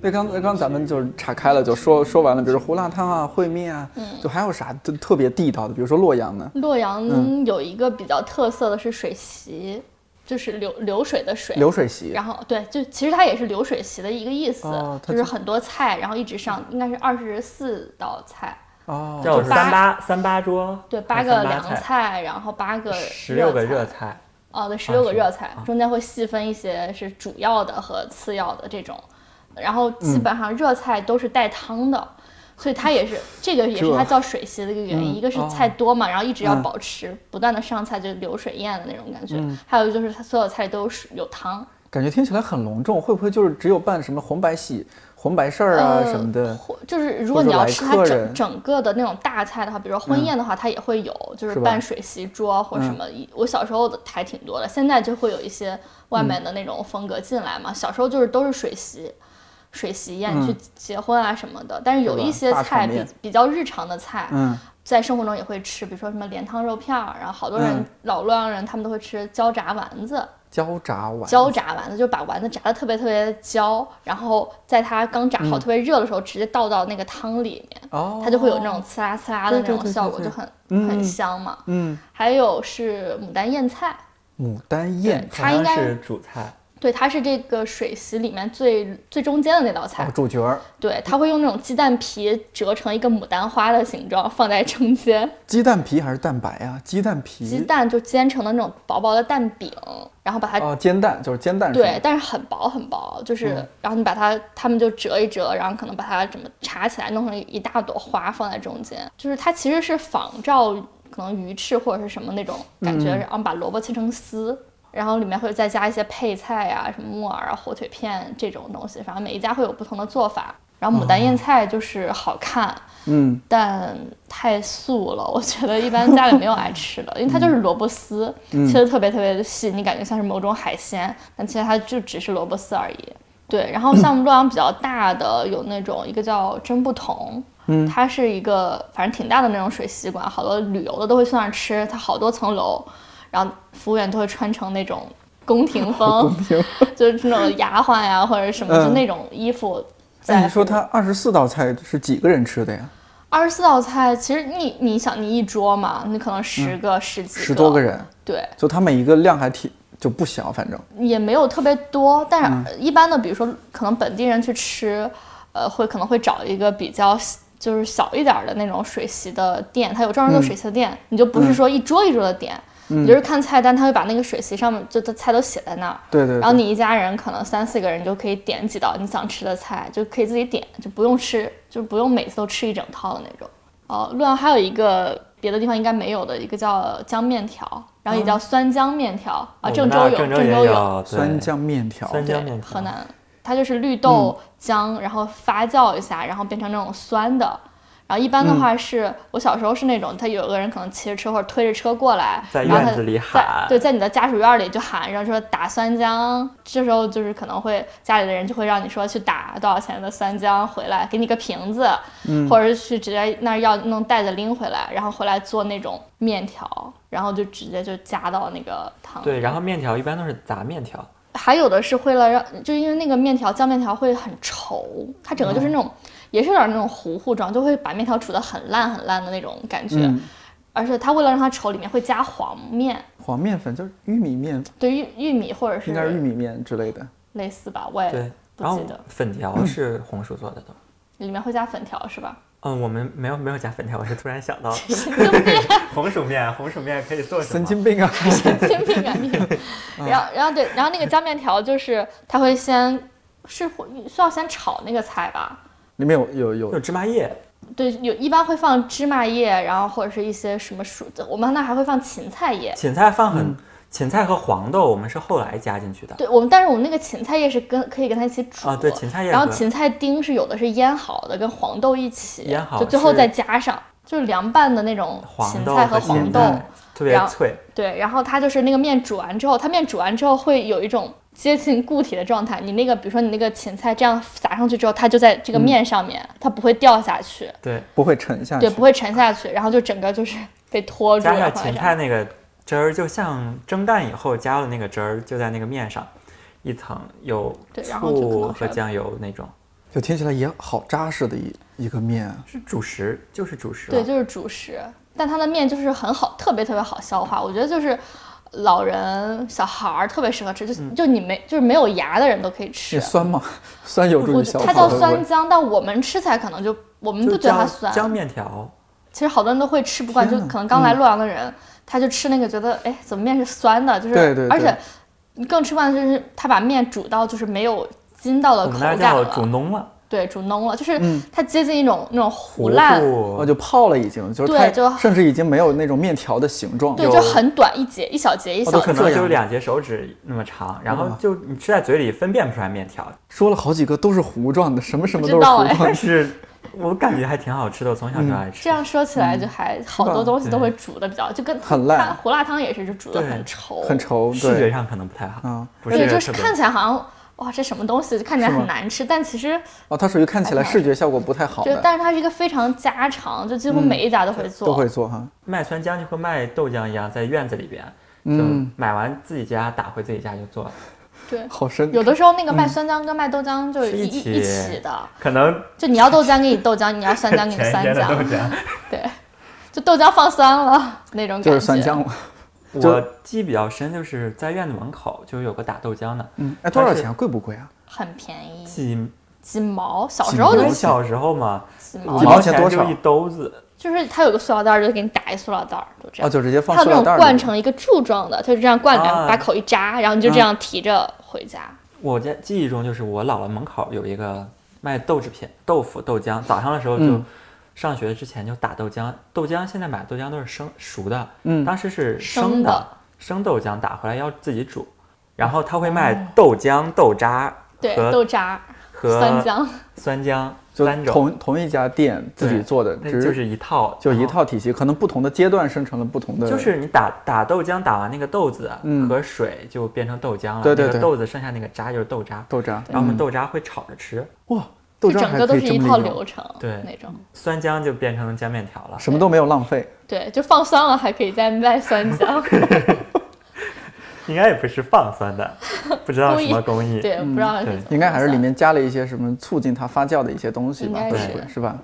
A: 对，刚才刚咱们就是岔开了，就说说完了，比如说胡辣汤啊、烩面啊，
D: 嗯
A: 就还有啥特特别地道的，比如说洛阳呢，
D: 洛阳
A: 嗯
D: 有一个比较特色的是水席，就是流流水的水。
A: 流水席
D: 然后对，就其实它也是流水席的一个意思，
A: 哦它
D: 就是
A: 就
D: 很多菜，然后一直上，应该是二十四道菜，
A: 哦，
C: 叫
D: 就八
C: 三八三八桌，
D: 对，八
C: 三
D: 个凉
C: 菜，
D: 菜，然后八个
C: 十六个热
D: 菜，
C: 菜。
D: 哦，对，十六个
C: 是
D: 热
C: 吗
D: 菜
C: 啊，
D: 中间会细分一些是主要的和次要的这种，然后基
C: 嗯
D: 本上热菜都是带汤的。所以它也 是，这个也是
A: 这
D: 它叫水席的一个原因，
A: 嗯
D: 一个是
A: 哦
D: 菜多嘛，然后一直要
A: 嗯
D: 保持不断的上菜，就是流水宴的那种感觉。
C: 嗯
D: 还有就是它所有菜都有水有汤，
A: 感觉听起来很隆重，会不会就是只有办什么红白喜、红白事儿啊什么的？
D: 呃或就是如果你
A: 或者
D: 要
A: 来
D: 吃它
A: 客
D: 整
A: 人嗯
D: 整个的那种大菜的话，比如说婚宴的话，它也会有，就是
A: 是吧嗯
D: 办水席桌啊或什么。我小时候的还挺多的，现在就会有一些
A: 嗯
D: 外面的那种风格进来嘛。小时候就是都是水席。水席宴
A: 嗯
D: 去结婚啊什么的，但是有
A: 是吧
D: 一些
A: 大
D: 菜
A: 场
D: 比
A: 面
D: 比较日常的菜，
A: 嗯，
D: 在生活中也会吃，比如说什么莲汤肉片儿，然后好多人、
A: 嗯
D: 老洛阳人他们都会吃焦炸丸子，
A: 焦炸丸，
D: 焦炸丸子，就是把丸子炸的特别特别焦，然后在它刚炸
A: 嗯
D: 好、特别热的时候，直接倒到那个汤里面，
A: 哦，
D: 它就会有那种刺啦刺啦的那
A: 对对
D: 种
A: 对
D: 效
A: 对
D: 果，
A: 对
D: 就很
A: 嗯
D: 很香嘛。
A: 嗯
D: 还有是牡丹燕菜，
A: 牡丹宴
D: 它应
C: 好像
D: 该啊
C: 是主菜，
D: 对，它是这个水席里面最最中间的那道菜
A: 哦，，主角儿
D: 对，它会用那种鸡蛋皮折成一个牡丹花的形状放在中间，
A: 鸡蛋皮还是蛋白啊？鸡蛋皮，
D: 鸡蛋就煎成的那种薄薄的蛋饼，然后把它
A: 哦，煎蛋就是煎蛋是
D: 啊对
A: 吗，，
D: 但是很薄很薄，就是、然后你把它，他们就折一折，然后可能把它怎么插起来，弄成一大朵花放在中间，就是它其实是仿照可能鱼翅或者是什么那种感觉，然后把萝卜切成丝。然后里面会再加一些配菜啊，什么木耳啊、火腿片这种东西，反正每一家会有不同的做法。然后牡丹燕菜就是好看，
A: 嗯，
D: 但太素了，我 觉得一般家里没有爱吃的，因为它就是萝卜丝，切的特别特别的细，你感觉像是某种海鲜，但其实它就只是萝卜丝而已。对，然后像洛阳比较大的有那种一个叫真不同，嗯，它是一个反正挺大的那种水席馆，好多旅游的都会去那儿吃，它好多层楼，然后服务员都会穿成那种宫廷风， 就是那种丫鬟呀或者什么，
A: 嗯
D: 就那种衣服在服务。
A: 哎，你说它二十四道菜是几个人吃的呀？
D: 二十四道菜，其实你你想，你一桌嘛，你可能十个、十几个、
A: 嗯十多个，人，
D: 对，
A: 就它每一个量还挺就不小，反正
D: 也没有特别多。但
A: 嗯
D: 是一般的，比如说可能本地人去吃，呃，会可能会找一个比较就是小一点儿的那种水席的店，它有专门
A: 嗯
D: 做水席的店，你就不是说一桌一桌的点，你就是看菜单，他会把那个水席上面就的菜都写在那儿。
A: 对对对
D: 然后你一家人可能三四个人就可以点几道你想吃的菜，就可以自己点，就不用吃，就不用每次都吃一整套的那种。哦，洛阳还有一个别的地方应该没有的，一个叫姜面条，然后也叫酸姜面条、啊，
C: 我
D: 郑
C: 们
D: 州
C: 嗯哦那儿
D: 有，
C: 郑
D: 郑
C: 也
D: 州有，
C: 有
A: 酸。
C: 对
A: 酱面条，
C: 酸
D: 对
C: 姜面，条
D: 河南，它就是绿豆
C: 嗯
D: 姜，然后发酵一下，然后变成那种酸的。然后一
C: 嗯
D: 般的话是、我小时候是那种，他有个人可能骑着车或者推着车过来，
C: 在
D: 然后他
C: 院子里
D: 在
C: 喊
D: 对，在你的家属院里就喊，然后说打酸姜。这时候就是可能会家里的人就会让你说去打多少钱的酸姜回来，给你个瓶子，
A: 嗯
D: 或者是去直接那儿要弄袋子拎回来，然后回来做那种面条，然后就直接就加到那个汤里。
C: 对，然后面条一般都是杂面条，
D: 还有的是为了让，就因为那个面条酱面条会很稠，它整个就是那种，
A: 嗯
D: 也是有点那种糊糊状，就会把面条煮得很烂很烂的那种感觉。
A: 嗯
D: 而且它为了让它稠，里面会加黄面，
A: 黄面粉就是玉米面，
D: 对玉玉米或者是
A: 应该是玉米面之类的。
D: 类似吧，我也
C: 对，
D: 不
C: 然后
D: 记得。
C: 粉
A: 嗯
C: 条是红薯做的都。
D: 里面会加粉条 是吧？
C: 嗯，我们没有没有加粉条，我是突然想 到 红薯面，红薯面可以做什
A: 神
C: 么？
A: 经 病啊！
D: 天命啊你！
C: 嗯
D: 然后然后对，然后那个姜面条就是它会先是会需要先炒那个菜吧？
A: 里面有有
C: 有
A: 有
C: 芝麻叶，
D: 对，有一般会放芝麻叶，然后或者是一些什么蔬，我们那还会放芹菜叶。
C: 芹菜放
A: 嗯
C: 很，芹菜和黄豆我们是后来加进去的。
D: 对我们，但是我们那个芹菜叶是跟可以跟它一起煮
C: 啊对芹菜叶
D: 然后
C: 和
D: 芹菜丁是有的是腌好的，跟黄豆一起
C: 腌好
D: 就最后
C: 是
D: 再加上，就是凉拌的那种芹
C: 黄豆
D: 菜和
C: 芹
D: 黄豆。
C: 菜特别
D: 然后
C: 脆，
D: 对，然后它就是那个面煮完之后，它面煮完之后会有一种接近固体的状态。你那个，比如说你那个芹菜这样撒上去之后，它就在这个面上面，
A: 嗯
D: 它不会掉下去，
C: 对，
A: 不会沉下去。
D: 对，不会沉下去，然后就整个就是被拖住
C: 加
D: 了
C: 上
D: 或者
C: 芹
D: 这
A: 嗯
C: 菜
D: 样。
C: 那个汁儿，就像蒸蛋以后加了那个汁儿，就在那个面上，一层有
D: 对然后就可能
C: 醋
D: 是
C: 和酱油那种，
A: 就听起来也好扎实的一一个面啊。
C: 是主食，就是主食了。
D: 对，就是主食，但它的面就是很好，特别特别好消化。我觉得就是老人、小孩儿特别适合吃，就、
A: 嗯
D: 就你没就是没有牙的人都可以吃
A: 也。酸吗？酸有助
D: 我
A: 于消化。
D: 它叫
A: 会不会
D: 酸姜，但我们吃起来可能就我们
C: 就
D: 不觉得它
C: 姜
D: 酸。
C: 姜面条，
D: 其实好多人都会吃不惯，就
A: 天哪嗯
D: 可能刚来洛阳的人，他就吃那个觉得，哎，怎么面是酸的？就是，
A: 对对对
D: 而且你更吃不惯的就是他把面煮到就是没有筋道的
C: 我
D: 口
C: 们那
D: 感
C: 儿叫
D: 了，
C: 煮浓了，
D: 对，煮浓了，就是
A: 嗯
D: 它接近一种那种糊烂，
A: 哦，
C: 糊
A: 就泡了已经，就是
D: 对
A: 它
D: 就
A: 甚至已经没有那种面条的形状。
D: 对，
C: 有
D: 就很短一节，一小节一
C: 我
D: 小
C: 都
D: 节
C: 可。能
A: 这
C: 就
A: 样嗯
C: 两节手指那么长，然后
A: 哇
C: 就你吃在嘴里分辨不出来面条，
A: 说了好几个都是糊状的，什么什么
D: 不
A: 都
D: 知
A: 是
D: 道
A: 糊
D: 哎
A: 状
C: 但
A: 的。
C: 是我感觉还挺好吃的，我从小
A: 嗯
C: 就爱吃。
D: 这样说起来，就还好
A: 吧
D: 多东西都会煮的比较，就跟
A: 很烂
D: 它胡辣汤也是，就煮的
C: 对
D: 很稠，
A: 很稠，
C: 视觉
A: 对，
C: 上可能不太好，
A: 啊
C: 不
D: 而且
C: 是
D: 就是
C: 特别
D: 看起来好像哇，这什么东西，就看起来
A: 是吗
D: 很难吃，但其实
A: 哦，它属于看起来视觉效果不太好
D: 就
A: 的，嗯
D: 但是它是一个非常家常，就几乎每一家都会做，
A: 都会做哈。
C: 卖酸浆就和卖豆浆一样，在院子里边，就
A: 嗯
C: 买完自己家打回自己家就做了。
D: 对，
A: 好深，
D: 有的时候那个卖酸浆跟卖豆浆就是
C: 嗯是
D: 一
C: 一
D: 一
C: 起
D: 一起的，
C: 可能
D: 就你要豆浆给你豆浆，你要酸浆给 你
C: 前一
D: 酸
C: 天的豆
D: 浆，
C: 浆，
D: 对，就豆浆放酸了那种感觉。
A: 就是酸浆了。就
C: 我记忆比较深，就是在院子门口就有个打豆浆的，
A: 嗯，哎，多少
C: 但是
A: 钱啊？贵不贵啊？
D: 很便宜，
C: 几
D: 几毛，小
A: 几
D: 时候
C: 因
D: 就
C: 为
A: 毛
C: 小时候嘛，
D: 几
C: 五
D: 毛
A: 几，毛
C: 毛
A: 钱
C: 钱
A: 多
C: 就
A: 少
C: 一兜子，
D: 就是它有个塑料袋儿，就给你打一塑料袋儿，就这
A: 哦，
D: 样。
A: 就直接放
D: 还有
A: 塑
D: 那
A: 料袋
D: 种
A: 儿
D: 灌
A: 里
D: 成一个柱状的，它就这样灌，然后
C: 啊嗯
D: 把口一扎，然后你就这样提着回家。
C: 我在记忆中就是我姥姥门口有一个卖豆制品、豆腐、豆浆，早上的时候就
A: 嗯
C: 上学之前就打豆浆，豆浆现在买的豆浆都是生熟的，
A: 嗯
C: 当时是
D: 生
C: 生
D: 的
C: 生豆浆打回来要自己煮，然后他会
D: 哦
C: 卖豆浆、豆渣
D: 对，
C: 和
D: 豆渣、
C: 和
D: 酸浆，
C: 酸浆
A: 就
C: 三种，
A: 同同一家店自己
C: 对
A: 做的，
C: 那
A: 只
C: 就是一套，
A: 就一
C: 然后
A: 套体系，可能不同的阶段生成了不同的，
C: 就是你打打豆浆，打完那个豆子
A: 嗯
C: 和水就变成豆浆了。
A: 对对
C: 那
A: 对
C: 个豆子剩下那个渣就是豆渣，
A: 豆渣。嗯
C: 然后我们豆渣会炒着吃，
A: 哇，豆
D: 就
A: 渣
D: 整
A: 还
D: 个
A: 可
D: 都
A: 以
D: 是
A: 这
D: 一
A: 么利
D: 套
A: 用，
D: 流程，
C: 对
D: 那种。
C: 酸浆就变成姜面条了。
A: 什么都没有浪费。
D: 对，就放酸了还可以再卖酸浆，
C: 应该也不是放酸 的，不知道什么工艺。
D: 对，不知道是
C: 对
D: 怎么
A: 嗯应该还是里
D: 算
A: 面加了一些什么促进它发酵的一些东西吧，会
D: 应该
A: 不会
D: 是
A: 是吧？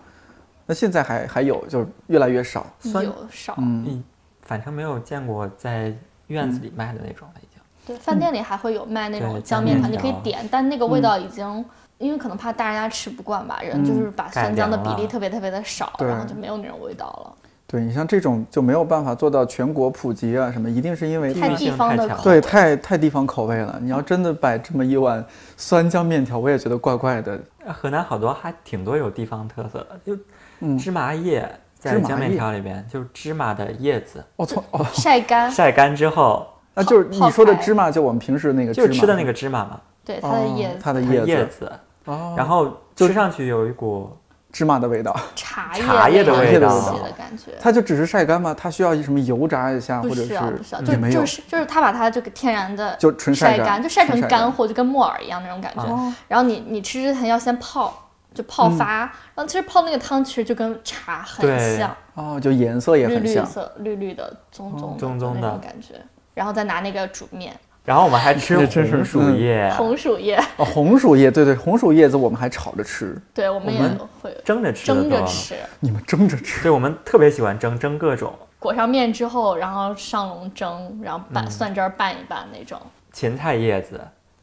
A: 那现在还还有，就是越来越少。
C: 酸
D: 有少，
C: 嗯，反正没有见过在院子里卖的那种了，已经。
D: 对，饭店里还会有卖那种
C: 对
D: 姜
C: 姜
D: 面
C: 面
D: 团，你可以
C: 条嗯
D: 点，但那个味道已经，因为可能怕大家吃不惯吧，人就是把
C: 改
D: 酸浆的
C: 良
D: 比例
C: 了
D: 特别特别的少，
A: 对
D: 然后就没有那种味道了。
A: 对嗯你像这种就没有办法做到全国普及啊什么，一定是因为
C: 地
D: 太
C: 域
D: 地
C: 性
D: 方
C: 太
D: 的
C: 强了
D: 口
A: 对
D: 味，嗯
A: 太太地方口味了。你要真的摆这么一碗酸浆面条，我也觉得怪怪的。
C: 呃河南好多还挺多有地方特色的，就
A: 嗯
C: 芝麻叶在
A: 芝麻
C: 姜面
A: 叶
C: 条里边，就是芝麻的叶子
A: 哦，从哦，
D: 晒干，
C: 晒干之后，
A: 那就是
D: 泡
A: 你说的
D: 菜
A: 芝麻，就我们平时那个芝
C: 就
A: 麻，
C: 是吃的那个芝麻嘛，
D: 对它的
A: 哦
D: 叶
A: 它
D: 子、
A: 的
C: 它叶
A: 子，
C: 子，
A: 哦，
C: 然后吃上去有一股
A: 芝麻的味道。
D: 茶
C: 茶
D: 叶
C: 叶的
D: 那
A: 味
D: 种
A: 道
D: 东西的感觉。
A: 它就只是晒干吗？它需要什么油炸一下，
D: 不
A: 或者
D: 需要，不需要，
A: 也
D: 就
A: 没有
D: 就是就是他把它就给天然的
A: 就纯晒
D: 晒
A: 干
D: 就晒成
A: 纯晒干
D: 干货，就跟木耳一样那种感觉。
C: 哦
D: 然后你你吃之前要先泡，就
A: 嗯
D: 泡发，然后其实泡那个汤其实就跟茶很
C: 对
D: 像，
A: 哦，就颜色也
D: 绿
A: 很
D: 绿
A: 像。
D: 色绿绿的棕棕的
C: 棕棕
D: 那种
C: 的
D: 感觉，然后再拿那个煮面，
C: 然后我们还吃
A: 这真是
C: 红薯叶，
D: 红薯 叶，
A: 哦，红薯叶，对对，红薯叶子我们还炒着吃，
D: 对我们也
C: 们
D: 会
C: 蒸着吃的
D: 蒸
C: 多
D: 着
C: 吗
D: 吃，
A: 你们蒸着吃。
C: 对，我们特别喜欢蒸蒸各种
D: 裹上面之后，然后上笼蒸，然后拌、
C: 嗯
D: 蒜汁儿拌一拌那种，
C: 芹菜叶子，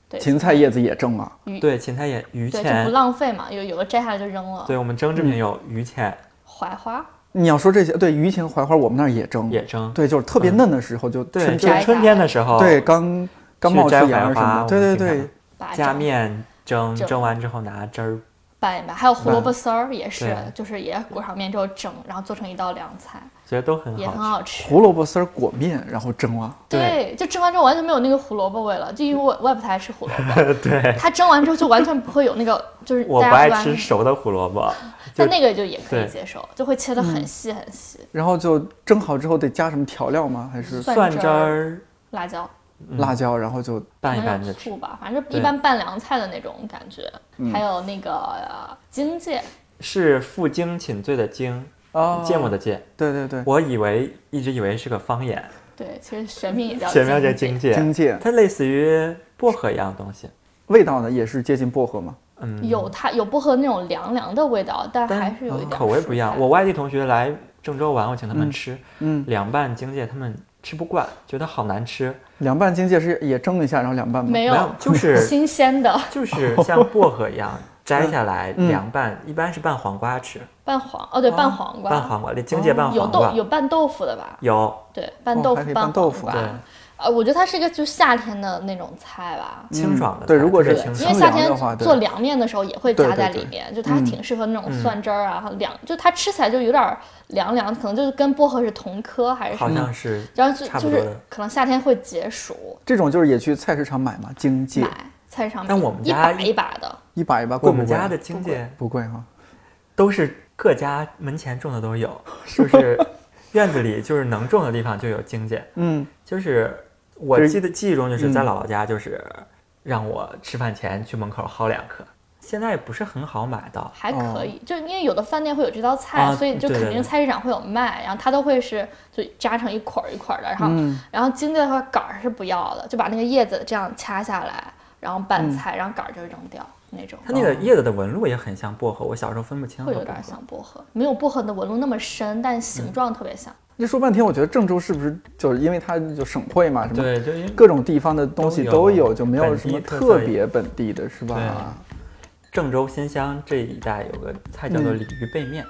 D: 对，
A: 芹菜叶子也蒸啊，
C: 对，芹菜叶榆
D: 对就
C: 钱
D: 不，浪费嘛，有有的摘下来就扔了，
C: 对我们蒸制品有榆钱
D: 槐花。
A: 你要说这些，对，榆钱、槐花，我们那儿也蒸，
C: 也蒸，
A: 对，就是特别
D: 嗯
A: 嫩的时候，就
C: 对，
A: 春
C: 就
A: 天，
D: 摘
C: 是春天的时候，
A: 对，刚刚
C: 哦去
A: 冒出
C: 摘
A: 芽
C: 槐
A: 儿什么
C: 花
A: 的，对对
C: 我们
A: 对
C: 经，
D: 把
C: 加
D: 整
C: 面蒸，
D: 啊蒸
C: 蒸完之后拿汁儿
D: 拌一拌，还有胡萝卜丝儿也是
C: 对，
D: 就是也裹上面之后蒸，然后做成一道凉菜，
C: 觉得都很
D: 也很
C: 好
D: 好吃。
A: 胡萝卜丝儿裹面，然后蒸啊，
D: 对，就蒸完之后完全没有那个胡萝卜味了，就因为我我也不太爱吃胡萝卜，
C: 吃。 对，
D: 它蒸完之后就完全不会有那个，就是
C: 我不
D: 大家
C: 爱
D: 会把
C: 吃熟的胡萝卜，
D: 但
C: 就
D: 那个就也可以
C: 对嗯
D: 接受，就会切得很细很细，
A: 然后就蒸好之后得加什么调料吗？还是
D: 蒜
C: 蒜
D: 汁
C: 汁
D: 儿嗯
C: 儿
D: 辣椒，
C: 嗯
A: 辣椒？然后就
C: 拌
D: 可
C: 一
D: 能
C: 拌
D: 有
C: 着吃。
D: 醋吧，反正一
C: 对
D: 般拌凉菜的那种感觉，
A: 嗯
D: 还有那个、呃荆芥，
C: 是负荆请罪的荆，
D: 哦
A: 啊，
C: 哦芥末的芥。
A: 对对对，
C: 我以为一直以为是个方言，
D: 对，其实玄彬也叫
C: 前面叫
D: 荆
C: 荆
D: 芥，
C: 芥，
A: 荆芥
C: 它类似于薄荷一样的东西。
A: 味道呢也是接近薄荷嘛。
C: 嗯，
D: 有它有薄荷那种凉凉的味道，但
C: 但
D: 还是有一点
C: 口味不一样。
D: 蔬菜
C: 我外地同学来郑州玩，我请他们吃，
A: 嗯
C: 凉拌荆芥，他们吃不惯，觉得好难吃。
A: 凉拌荆芥是也蒸一下，然后凉拌吗？
D: 没
C: 没有
D: 有，
C: 就 是
D: 新鲜的
C: 就是像薄荷一样摘下来凉拌，一般是拌黄瓜吃，
D: 拌黄哦，对，拌黄瓜，
C: 啊拌黄瓜，荆芥拌
D: 有
C: 黄
D: 豆
C: 瓜
D: 有拌豆腐的吧？
C: 有。
D: 对，拌豆
A: 哦还可
D: 腐
A: 以拌豆
D: 黄
A: 腐
D: 瓜
C: 对，
D: 呃，我觉得它是一个就夏天的那种菜吧。
C: 清爽的
A: 嗯
C: 菜，
A: 对如果
C: 特别
A: 是
C: 清
D: 因
A: 清
C: 爽
D: 为夏
A: 凉
D: 天
A: 的话对
D: 做凉面的时候也会
A: 对
D: 加
A: 对
D: 在
A: 对
D: 里面，就
C: 嗯
D: 它挺适合那种蒜汁儿啊，和凉，就它吃起来就有点儿凉凉，可能就是跟薄荷是同科还是什
C: 好
D: 么，
C: 像
A: 嗯
C: 是
D: 然后就
C: 差不
D: 就
C: 多
D: 是
C: 的。
D: 可能夏天会解暑，
A: 这种就是也去菜市场买嘛，荆芥
D: 买菜市场
C: 但嗯
D: 买
C: 我们
D: 一
C: 家
D: 把一把的，
A: 一把一把贵
C: 我
A: 不
C: 们
A: 贵？
C: 家的荆芥
A: 不贵哈，
C: 都是各家门前种的都有， 就是院子里就是能种的地方就有荆芥。
A: 嗯，
C: 就是我
A: 就是
C: 记得记忆中就是在
A: 嗯
C: 姥姥家，就是让我吃饭前去门口薅两颗，现在也不是很好买到。
D: 还可以，就因为有的饭店会有这道菜，
C: 哦啊
D: 所以就
C: 对对
D: 肯定
C: 对
D: 菜市场会有卖，然后它都会是就扎成一捆儿一捆儿的，然后、
C: 嗯
D: 然后荆芥的话杆儿是不要的，就把那个叶子这样掐下来，然后拌菜，然后杆儿就扔掉那种。
C: 嗯它那个
A: 哦
C: 叶子的纹路也很像薄荷，我小时候分不清
D: 会
C: 和
D: 有
C: 薄
D: 点
C: 荷。
D: 像薄荷，没有薄荷的纹路那么深，但
A: 嗯
D: 形状特别像。
A: 一说半天，我觉得郑州是不是就是因为它就省会嘛，什么
C: 对，就因为
A: 各种地方的东西都
C: 都有
A: 有，就没有什么
C: 本地特色
A: 特别本地的，是吧？
C: 郑州新乡这一带有个菜叫做
A: 嗯
C: 鲤鱼背面，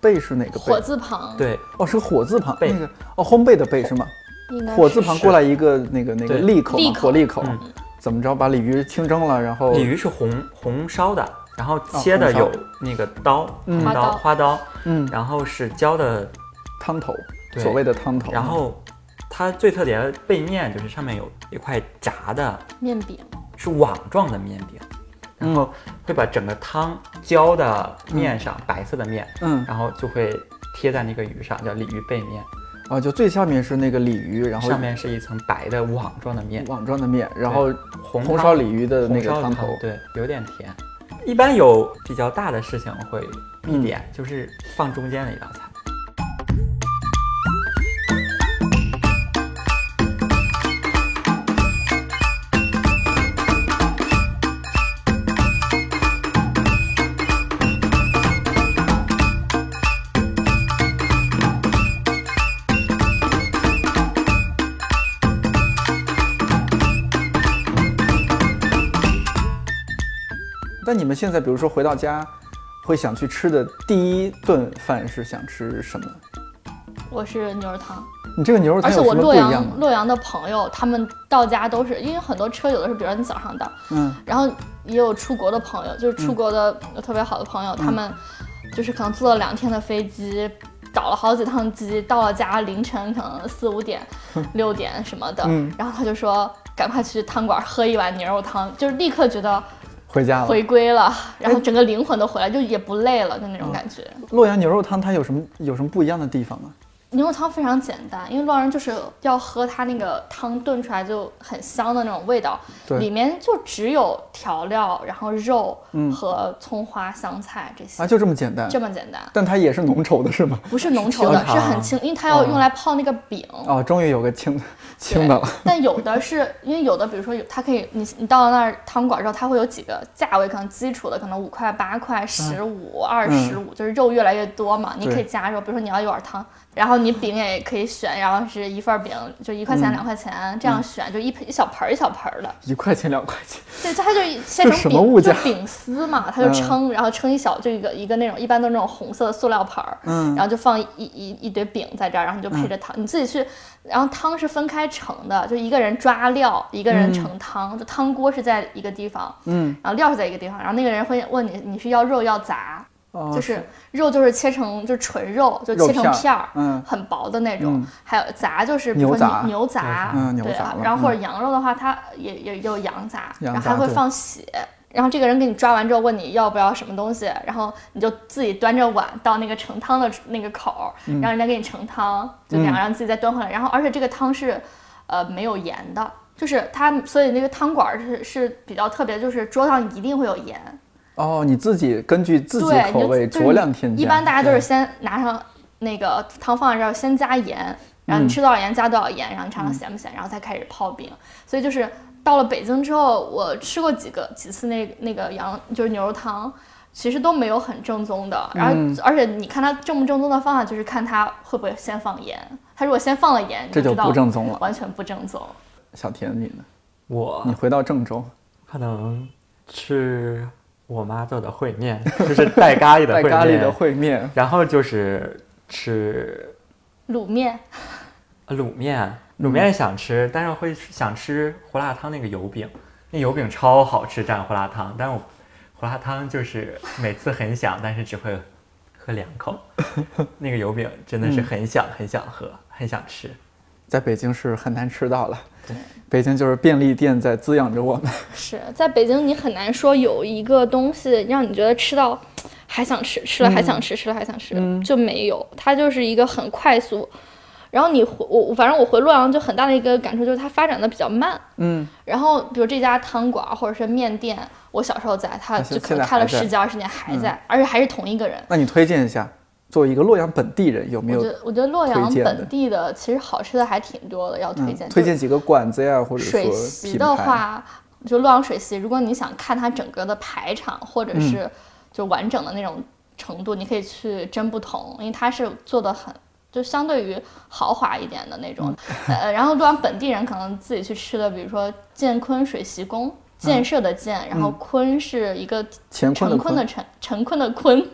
A: 贝是哪个
D: 火
A: 贝？啊
D: 字旁，，
C: 对，
A: 哦，是个火字旁，
C: 贝
A: 那个哦，烘焙的焙是吗？
D: 应该
A: 火字旁
D: 是
A: 过来一个那个那个
C: 对
A: 利口嘛
D: 嗯利，口
A: 火利口
C: 嗯，
A: 怎么着把鲤鱼清蒸了，然后
C: 鲤鱼是红红烧的，然后切的
A: 哦红烧
C: 有那个刀，
A: 嗯
C: 红
D: 花刀
C: 刀、花刀，
A: 嗯
C: 然后是浇的，
A: 汤头，
C: 对
A: 所谓的汤头，
C: 然后它最特点的背面就是上面有一块炸的，
D: 面饼，
C: 是网状的面饼，然
A: 嗯
C: 后会把整个汤浇的面上，白色的面，
A: 嗯
C: 然后就会贴在那个鱼上，叫鲤鱼背面，
A: 啊，就最下面是那个鲤鱼，然后
C: 上面是一层白的网状的面，
A: 网状的面，然后
C: 红
A: 红
C: 汤
A: 烧鲤鱼的那个
C: 红烧
A: 汤
C: 的
A: 头，
C: 对，有点甜。一般有比较大的事情会
A: 嗯
C: 必点，就是放中间的一道菜。
A: 但你们现在比如说回到家，会想去吃的第一顿饭是想吃什么？
D: 我是牛肉汤。
A: 你这个牛肉
D: 而
A: 汤
D: 且
A: 有
D: 我
A: 什么不
D: 洛
A: 一样
D: 阳
A: 吗？
D: 洛阳的朋友，他们到家都是因为很多车，有的是比如说你早上到，
A: 嗯，
D: 然后也有出国的朋友，就是出国的特别好的朋友，他
A: 嗯
D: 们就是可能坐了两天的飞机，倒了好几趟机，到了家凌晨可能四五点、六点什么的，
A: 嗯
D: 然后他就说赶快去汤馆喝一碗牛肉汤，就是立刻觉得
A: 回家了
D: 回。归了，然后整个灵魂都回来，就也不累了，就
A: 嗯
D: 那种感觉。
A: 洛阳牛肉汤它有什么有什么不一样的地方吗？
D: 牛肉汤非常简单，因为洛阳人就是要喝它那个汤炖出来就很香的那种味道，
A: 对
D: 里面就只有调料，然后肉
A: 嗯
D: 和葱花、香菜这些，
A: 啊，就这么简单。
D: 这么简单，
A: 但它也是浓稠的，是哦吗？
D: 不是浓稠的，
C: 清
D: 是
C: 汤
D: 很清，因为它要用来泡那个饼。
A: 啊，终于有个清
D: 对
A: 清的了。
D: 但有的是因为有的，比如说有它可以，你你到了那儿汤馆之后，它会有几个价位，可能基础的可能五块、八块、十五、二十五，就是肉越来越多嘛，你可以加肉。比如说你要一碗汤，然后你饼也可以选，然后是一份儿饼就一块钱、两块钱这样选，就一盆一小盆儿一小盆儿的。
A: 一块钱两块钱，
D: 对，就它就切
A: 这
D: 成
A: 什
D: 饼，
A: 么物
D: 就
A: 件
D: 饼丝 嘛，它就
A: 嗯
D: 称，然后称一小就一个一个那种，一般都是那种红色的塑料盘儿，
A: 嗯
D: 然后就放一一一堆饼在这儿，然后你就配着汤，你自己去，然后汤是分开盛的，就一个人抓料，一个人盛汤，就汤锅是在一个地方，
A: 嗯，
D: 然后料是在一个地方，然后那个人会问你你是要肉要杂，
A: 哦
D: 就是肉就是切成就纯肉，就
A: 肉
D: 切成
A: 片儿
D: 片儿，
A: 嗯
D: 很薄的那种
A: 嗯，
D: 还有杂就是比
A: 牛
D: 如说
A: 杂
D: 牛牛杂，
A: 嗯牛
D: 对
A: 杂
D: 啊
A: 了
D: 然后或者
A: 嗯
D: 羊肉的话，它也也也有羊杂，
A: 羊
D: 然后
A: 杂
D: 还会
A: 对
D: 放血。然后这个人给你抓完之后，问你要不要什么东西，然后你就自己端着碗到那个盛汤的那个口儿，让人家给你盛汤，就那样，
A: 嗯
D: 然后自己再端回来。然后而且这个汤是，呃，没有盐的，就是它，所以那个汤馆儿是是比较特别，就是桌上一定会有盐，
A: 哦，你自己根据自己
D: 对，
A: 口味
D: 你就
A: 酌量添加。嗯
D: 一般大家都是先拿上那个汤放在这儿，先加盐，
A: 嗯
D: 然后你吃多少盐加多少盐，然后你尝尝咸不咸，然后再开始泡饼。所以就是到了北京之后，我吃过几个几次那那个羊就是牛肉汤。其实都没有很正宗的，然后、
A: 嗯
D: 而且你看它正不正宗的方法，就是看它会不会先放盐。它如果先放了盐，你
A: 这就
D: 知道
A: 不正宗了
D: 完全不正宗。
A: 小甜你呢？
C: 我
D: 嗯
A: 你回到郑州，
C: 可能吃我妈做的烩面，就是带咖喱 的
A: 带
C: 烩面，
A: 咖喱的烩面，
C: 然后就是吃
D: 卤面，
C: 呃卤面，
A: 嗯
C: 卤面想吃，但是会想吃胡辣汤那个油饼，那油饼超好吃，蘸胡辣汤。但我胡辣汤就是每次很想，但是只会喝两 口。那个油饼真
A: 嗯
C: 的是很想很想喝，很想吃。
A: 在北京是很难吃到了。对，北京就是便利店在滋养着我们。
D: 是在北京，你很难说有一个东西让你觉得吃到还想吃，吃了还
A: 嗯
D: 想吃，吃了还想吃，就没有。它就是一个很快速。然后你回我，我反正我回洛阳就很大的一个感触就是它发展的比较慢。
A: 嗯，
D: 然后比如这家汤馆或者是面店，我小时候在，它
A: 现
D: 就可
A: 现在
D: 能开了
A: 还在嗯
D: 十几二十年还在，而且还是同一个人。
A: 那你推荐一下，作为一个洛阳本地人，有没
D: 我
A: 有
D: 觉得我觉得洛
A: 推
D: 阳
A: 荐的
D: 本地的其实好吃的还挺多的，要推
A: 嗯
D: 荐、
A: 推荐几个馆子呀，或者说
D: 水席
A: 品
D: 的
A: 牌？
D: 话，就洛阳水席，如果你想看它整个的排场，或
A: 嗯
D: 者是就完整的那种程度，你可以去真不同，因为它是做的很。就相对于豪华一点的那种，
A: 嗯
D: 呃，然后洛阳本地人可能自己去吃的，比如说建坤水席宫，建设的建，然后坤是一个
A: 嗯乾坤的
D: 陈坤的陈，陈坤的坤，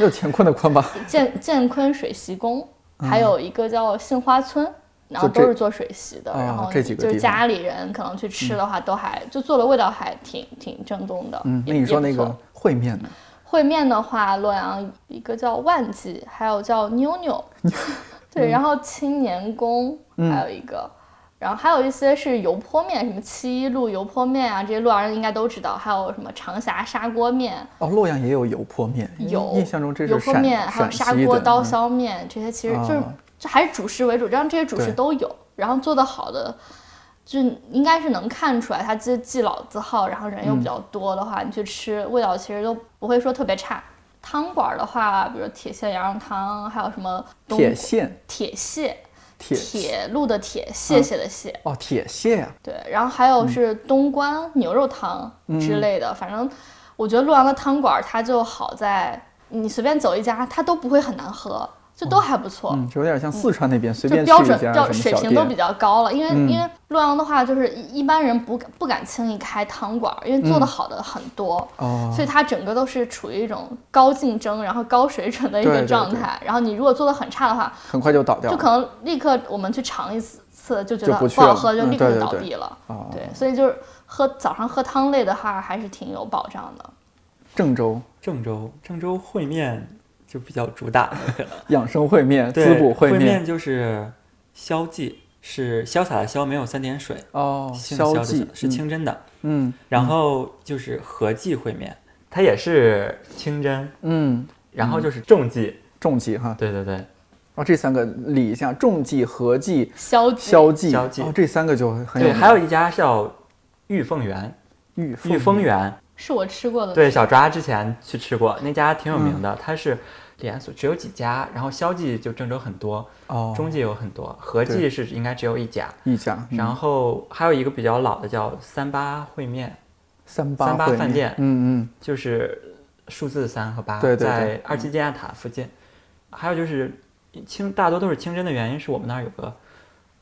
A: 又乾坤的 坤吧？
D: 建建坤水席宫，还有一个叫杏花村，然后
A: 就这
D: 都是做水席的。
A: 哦
D: 然后
A: 这几个
D: 就
A: 地
D: 是
A: 方
D: 家里人可能去吃的话，都还就做的味道还挺挺正宗的。
A: 嗯，
D: 也
A: 那你说
D: 也
A: 那
D: 不错
A: 个烩面呢？
D: 烩面的话，洛阳一个叫万记，还有叫 妞妞，
A: 嗯
D: 对，然后青年宫还有一个，然后还有一些是油泼面，什么七一路油泼面啊，这些洛阳人应该都知道，还有什么长峡砂锅面，
A: 哦，洛阳也有油泼面，
D: 有
A: 嗯印象中这
D: 油
A: 是
D: 泼
A: 陕
D: 面，还有
A: 陕
D: 砂
A: 西
D: 锅
A: 的
D: 刀
A: 嗯
D: 削面，这些其实就是、
A: 啊
D: 就还是主食为主，这样这些主食
A: 对
D: 都有，然后做的好的。就应该是能看出来，它既既老字号，然后人
A: 嗯
D: 又比较多的话，你去吃味道其实都不会说特别差。汤馆儿的话，比如铁线羊肉汤，还有什么东
A: 铁线
D: 铁蟹，
A: 铁嗯
D: 铁路的铁，谢谢的谢，
A: 哦铁蟹呀、
D: 对，然后还
A: 嗯
D: 有是东关牛肉汤之类的，反正我觉得洛阳的汤馆儿它就好在你随便走一家，它都不会很难喝，就都还不错。
A: 嗯，就有点像四川那边、随
D: 就
A: 便去
D: 标
A: 一
D: 准
A: 家
D: 标
A: 什么
D: 水
A: 小
D: 平都比
A: 店，嗯
D: 较高了，因为、因为洛阳的话，就是一一般人不敢不敢轻易开汤馆儿，因为做的好的很多，
A: 嗯哦
D: 所以它整个都是处于一种高竞争，然后高水准的一
A: 对
D: 个
A: 对
D: 状
A: 对
D: 态。然后你如果做的很差的话，
A: 很快就倒掉
D: 就
A: 了。
D: 可能立刻我们去尝一次次就觉
A: 就
D: 得
A: 不
D: 不
A: 去了
D: 好喝，就
A: 嗯
D: 立刻
A: 对
D: 就
A: 对
D: 倒
A: 对
D: 闭了。
A: 哦
D: 所以就是喝早上喝汤类的话，还是挺有保障的。
A: 郑州
C: 郑州郑州烩面就比较主打的可能。
A: 养生烩面、 滋
C: 对，
A: 补烩
C: 烩
A: 面
C: 就是消记，是潇洒的潇，没有三点水，
A: 哦，
C: 姓
A: 消
C: 的
A: 记
C: 潇是清真的。
A: 嗯
C: 然后就是合记烩面，它也是清真，
A: 嗯
C: 然后就是重记，
A: 重记哈，
C: 对对对，
A: 哦这三个理一下，重记、合记、
D: 消极
A: 消记，
C: 消记
A: 哦这三个就很有
C: 对，
A: 名。
C: 还有一家叫玉凤园，
A: 玉
C: 玉凤
A: 园嗯
C: 园，
D: 是我吃过的，
C: 对，小抓之前去吃过，那家挺有名的，它是连锁，只有几家，然后肖记就郑州很多，
A: 哦，
C: 中记有很多，合
A: 对
C: 记是应该只有一家，
A: 一家，嗯
C: 然后还有一个比较老的叫三八烩面，
A: 嗯三八
C: 三八
A: 烩
C: 饭
A: 面
C: 店
A: 嗯
C: 就是数字三和八，
A: 对嗯对对
C: 在二七建亚塔附近。还有就是清，大多都是清真的原因是我们那儿有个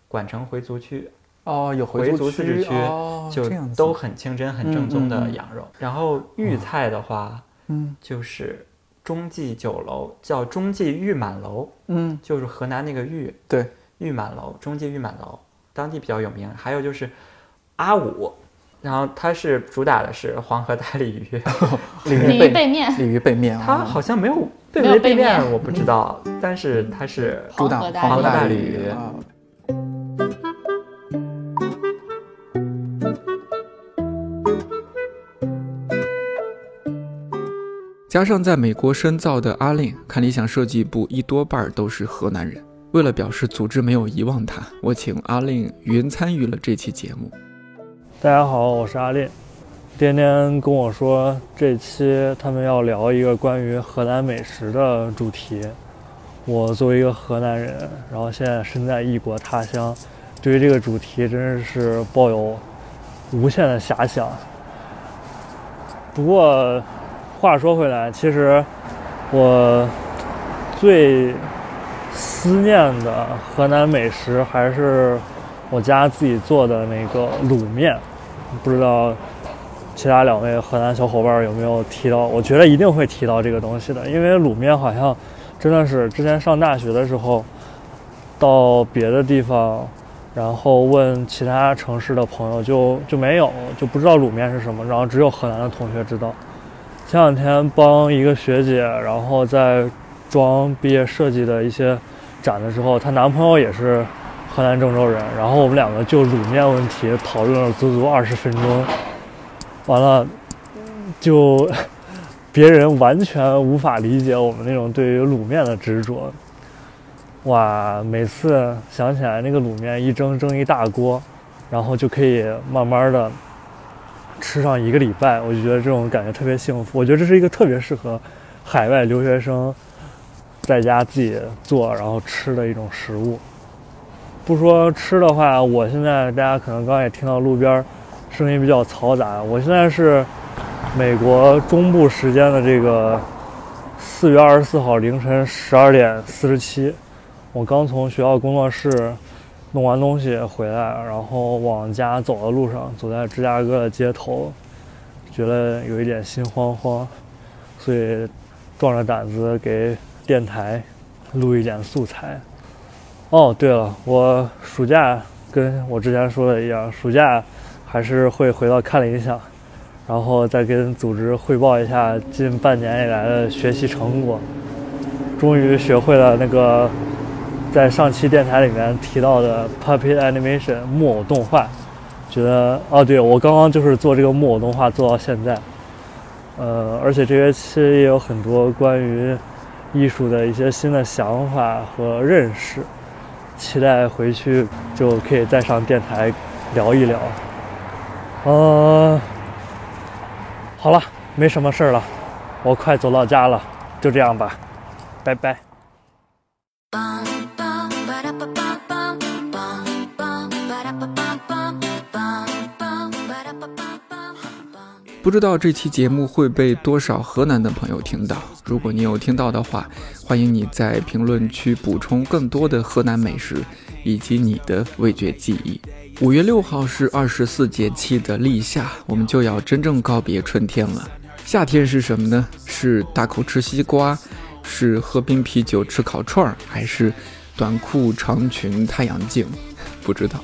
C: 管城回族区，
H: 哦，有
C: 回
H: 族
C: 族自治区
H: 哦，
C: 就
H: 这样子
C: 都很清真、很正宗的
H: 嗯嗯嗯
C: 羊肉。然后豫菜的话，
H: 嗯
C: 就是中记酒楼，叫中记豫满楼，
H: 嗯
C: 就是河南那个豫
H: 对，
C: 豫满楼，中记豫满楼，当地比较有名。还有就是阿五，然后它是主打的是黄河大 鲤鱼，
H: 鲤
D: 鲤
H: 鱼
D: 鱼
H: 背
D: 背面，
H: 鲤鱼背面
C: 它
H: 啊，
C: 好像没有背没
D: 没有
C: 背
D: 背面嗯
C: 面，我不知道，但是它是
H: 主打
D: 黄河大
H: 嗯黄河大
C: 鲤
H: 鲤
C: 鱼
H: 啊，
A: 加上在美国深造的阿令，看理想设计部一多半儿都是河南人。为了表示组织没有遗忘他，我请阿令云参与了这期节目。
G: 大家好，我是阿烈。颠颠跟我说，这期他们要聊一个关于河南美食的主题。我作为一个河南人，然后现在身在异国他乡，对于这个主题真是抱有无限的遐想。不过话说回来，其实我最思念的河南美食还是我家自己做的那个卤面，不知道其他两位河南小伙伴有没有提到？我觉得一定会提到这个东西的，因为卤面好像真的是之前上大学的时候，到别的地方，然后问其他城市的朋友就就没有，就不知道卤面是什么，然后只有河南的同学知道。前两天帮一个学姐，然后在装毕业设计的一些展的时候，她男朋友也是河南郑州人，然后我们两个就卤面问题讨论了足足二十分钟，完了就 别人完全无法理解我们那种对于卤面的执着。哇，每次想起来那个卤面一蒸蒸一大锅，然后就可以慢慢的吃上一个礼拜，我就觉得这种感觉特别幸福。我觉得这是一个特别适合海外留学生在家自己做然后吃的一种食物。不说吃的话，我现在大家可能刚刚也听到路边儿声音比较嘈杂。我现在是美国中部时间的这个四月二十四号凌晨十二点四十七，我刚从学校工作室弄完东西回来，然后往家走的路上，走在芝加哥的街头，觉得有一点心慌慌，所以壮着胆子给电台录一点素材。哦，对了，我暑假跟我之前说的一样，暑假还是会回到看理想，然后再跟组织汇报一下近半年以来的学习成果。终于学会了那个在上期电台里面提到的 puppet animation 木偶动画，觉得哦，对我刚刚就是做这个木偶动画做到现在。呃，而且这学期也有很多关于艺术的一些新的想法和认识。期待回去就可以再上电台聊一聊。呃，好了，没什么事儿了，我快走到家了，就这样吧，拜拜。
A: 不知道这期节目会被多少河南的朋友听到。如果你有听到的话，欢迎你在评论区补充更多的河南美食以及你的味觉记忆。五月六号是二十四节气的立夏，我们就要真正告别春天了。夏天是什么呢？是大口吃西瓜，是喝冰啤酒吃烤串儿，还是短裤长裙太阳镜？不知道。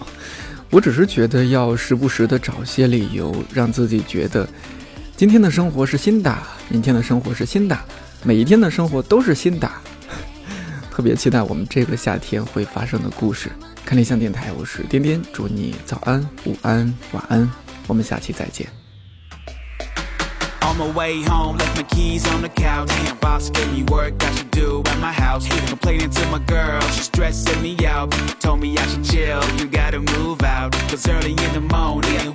A: 我只是觉得要时不时的找些理由，让自己觉得今天的生活是新的，明天的生活是新的，每一天的生活都是新的。 特别期待我们这个夏天会发生的故事。看理想电台，我是颠颠，祝你早安、午安、晚安，我们下期再见。
I: On my way home, left my keys on the couch. Damn, boss gave me work I should do at my house. Complaining to my girl, she stressing me out. Told me I should chill, you gotta move out. Cause early in the morning,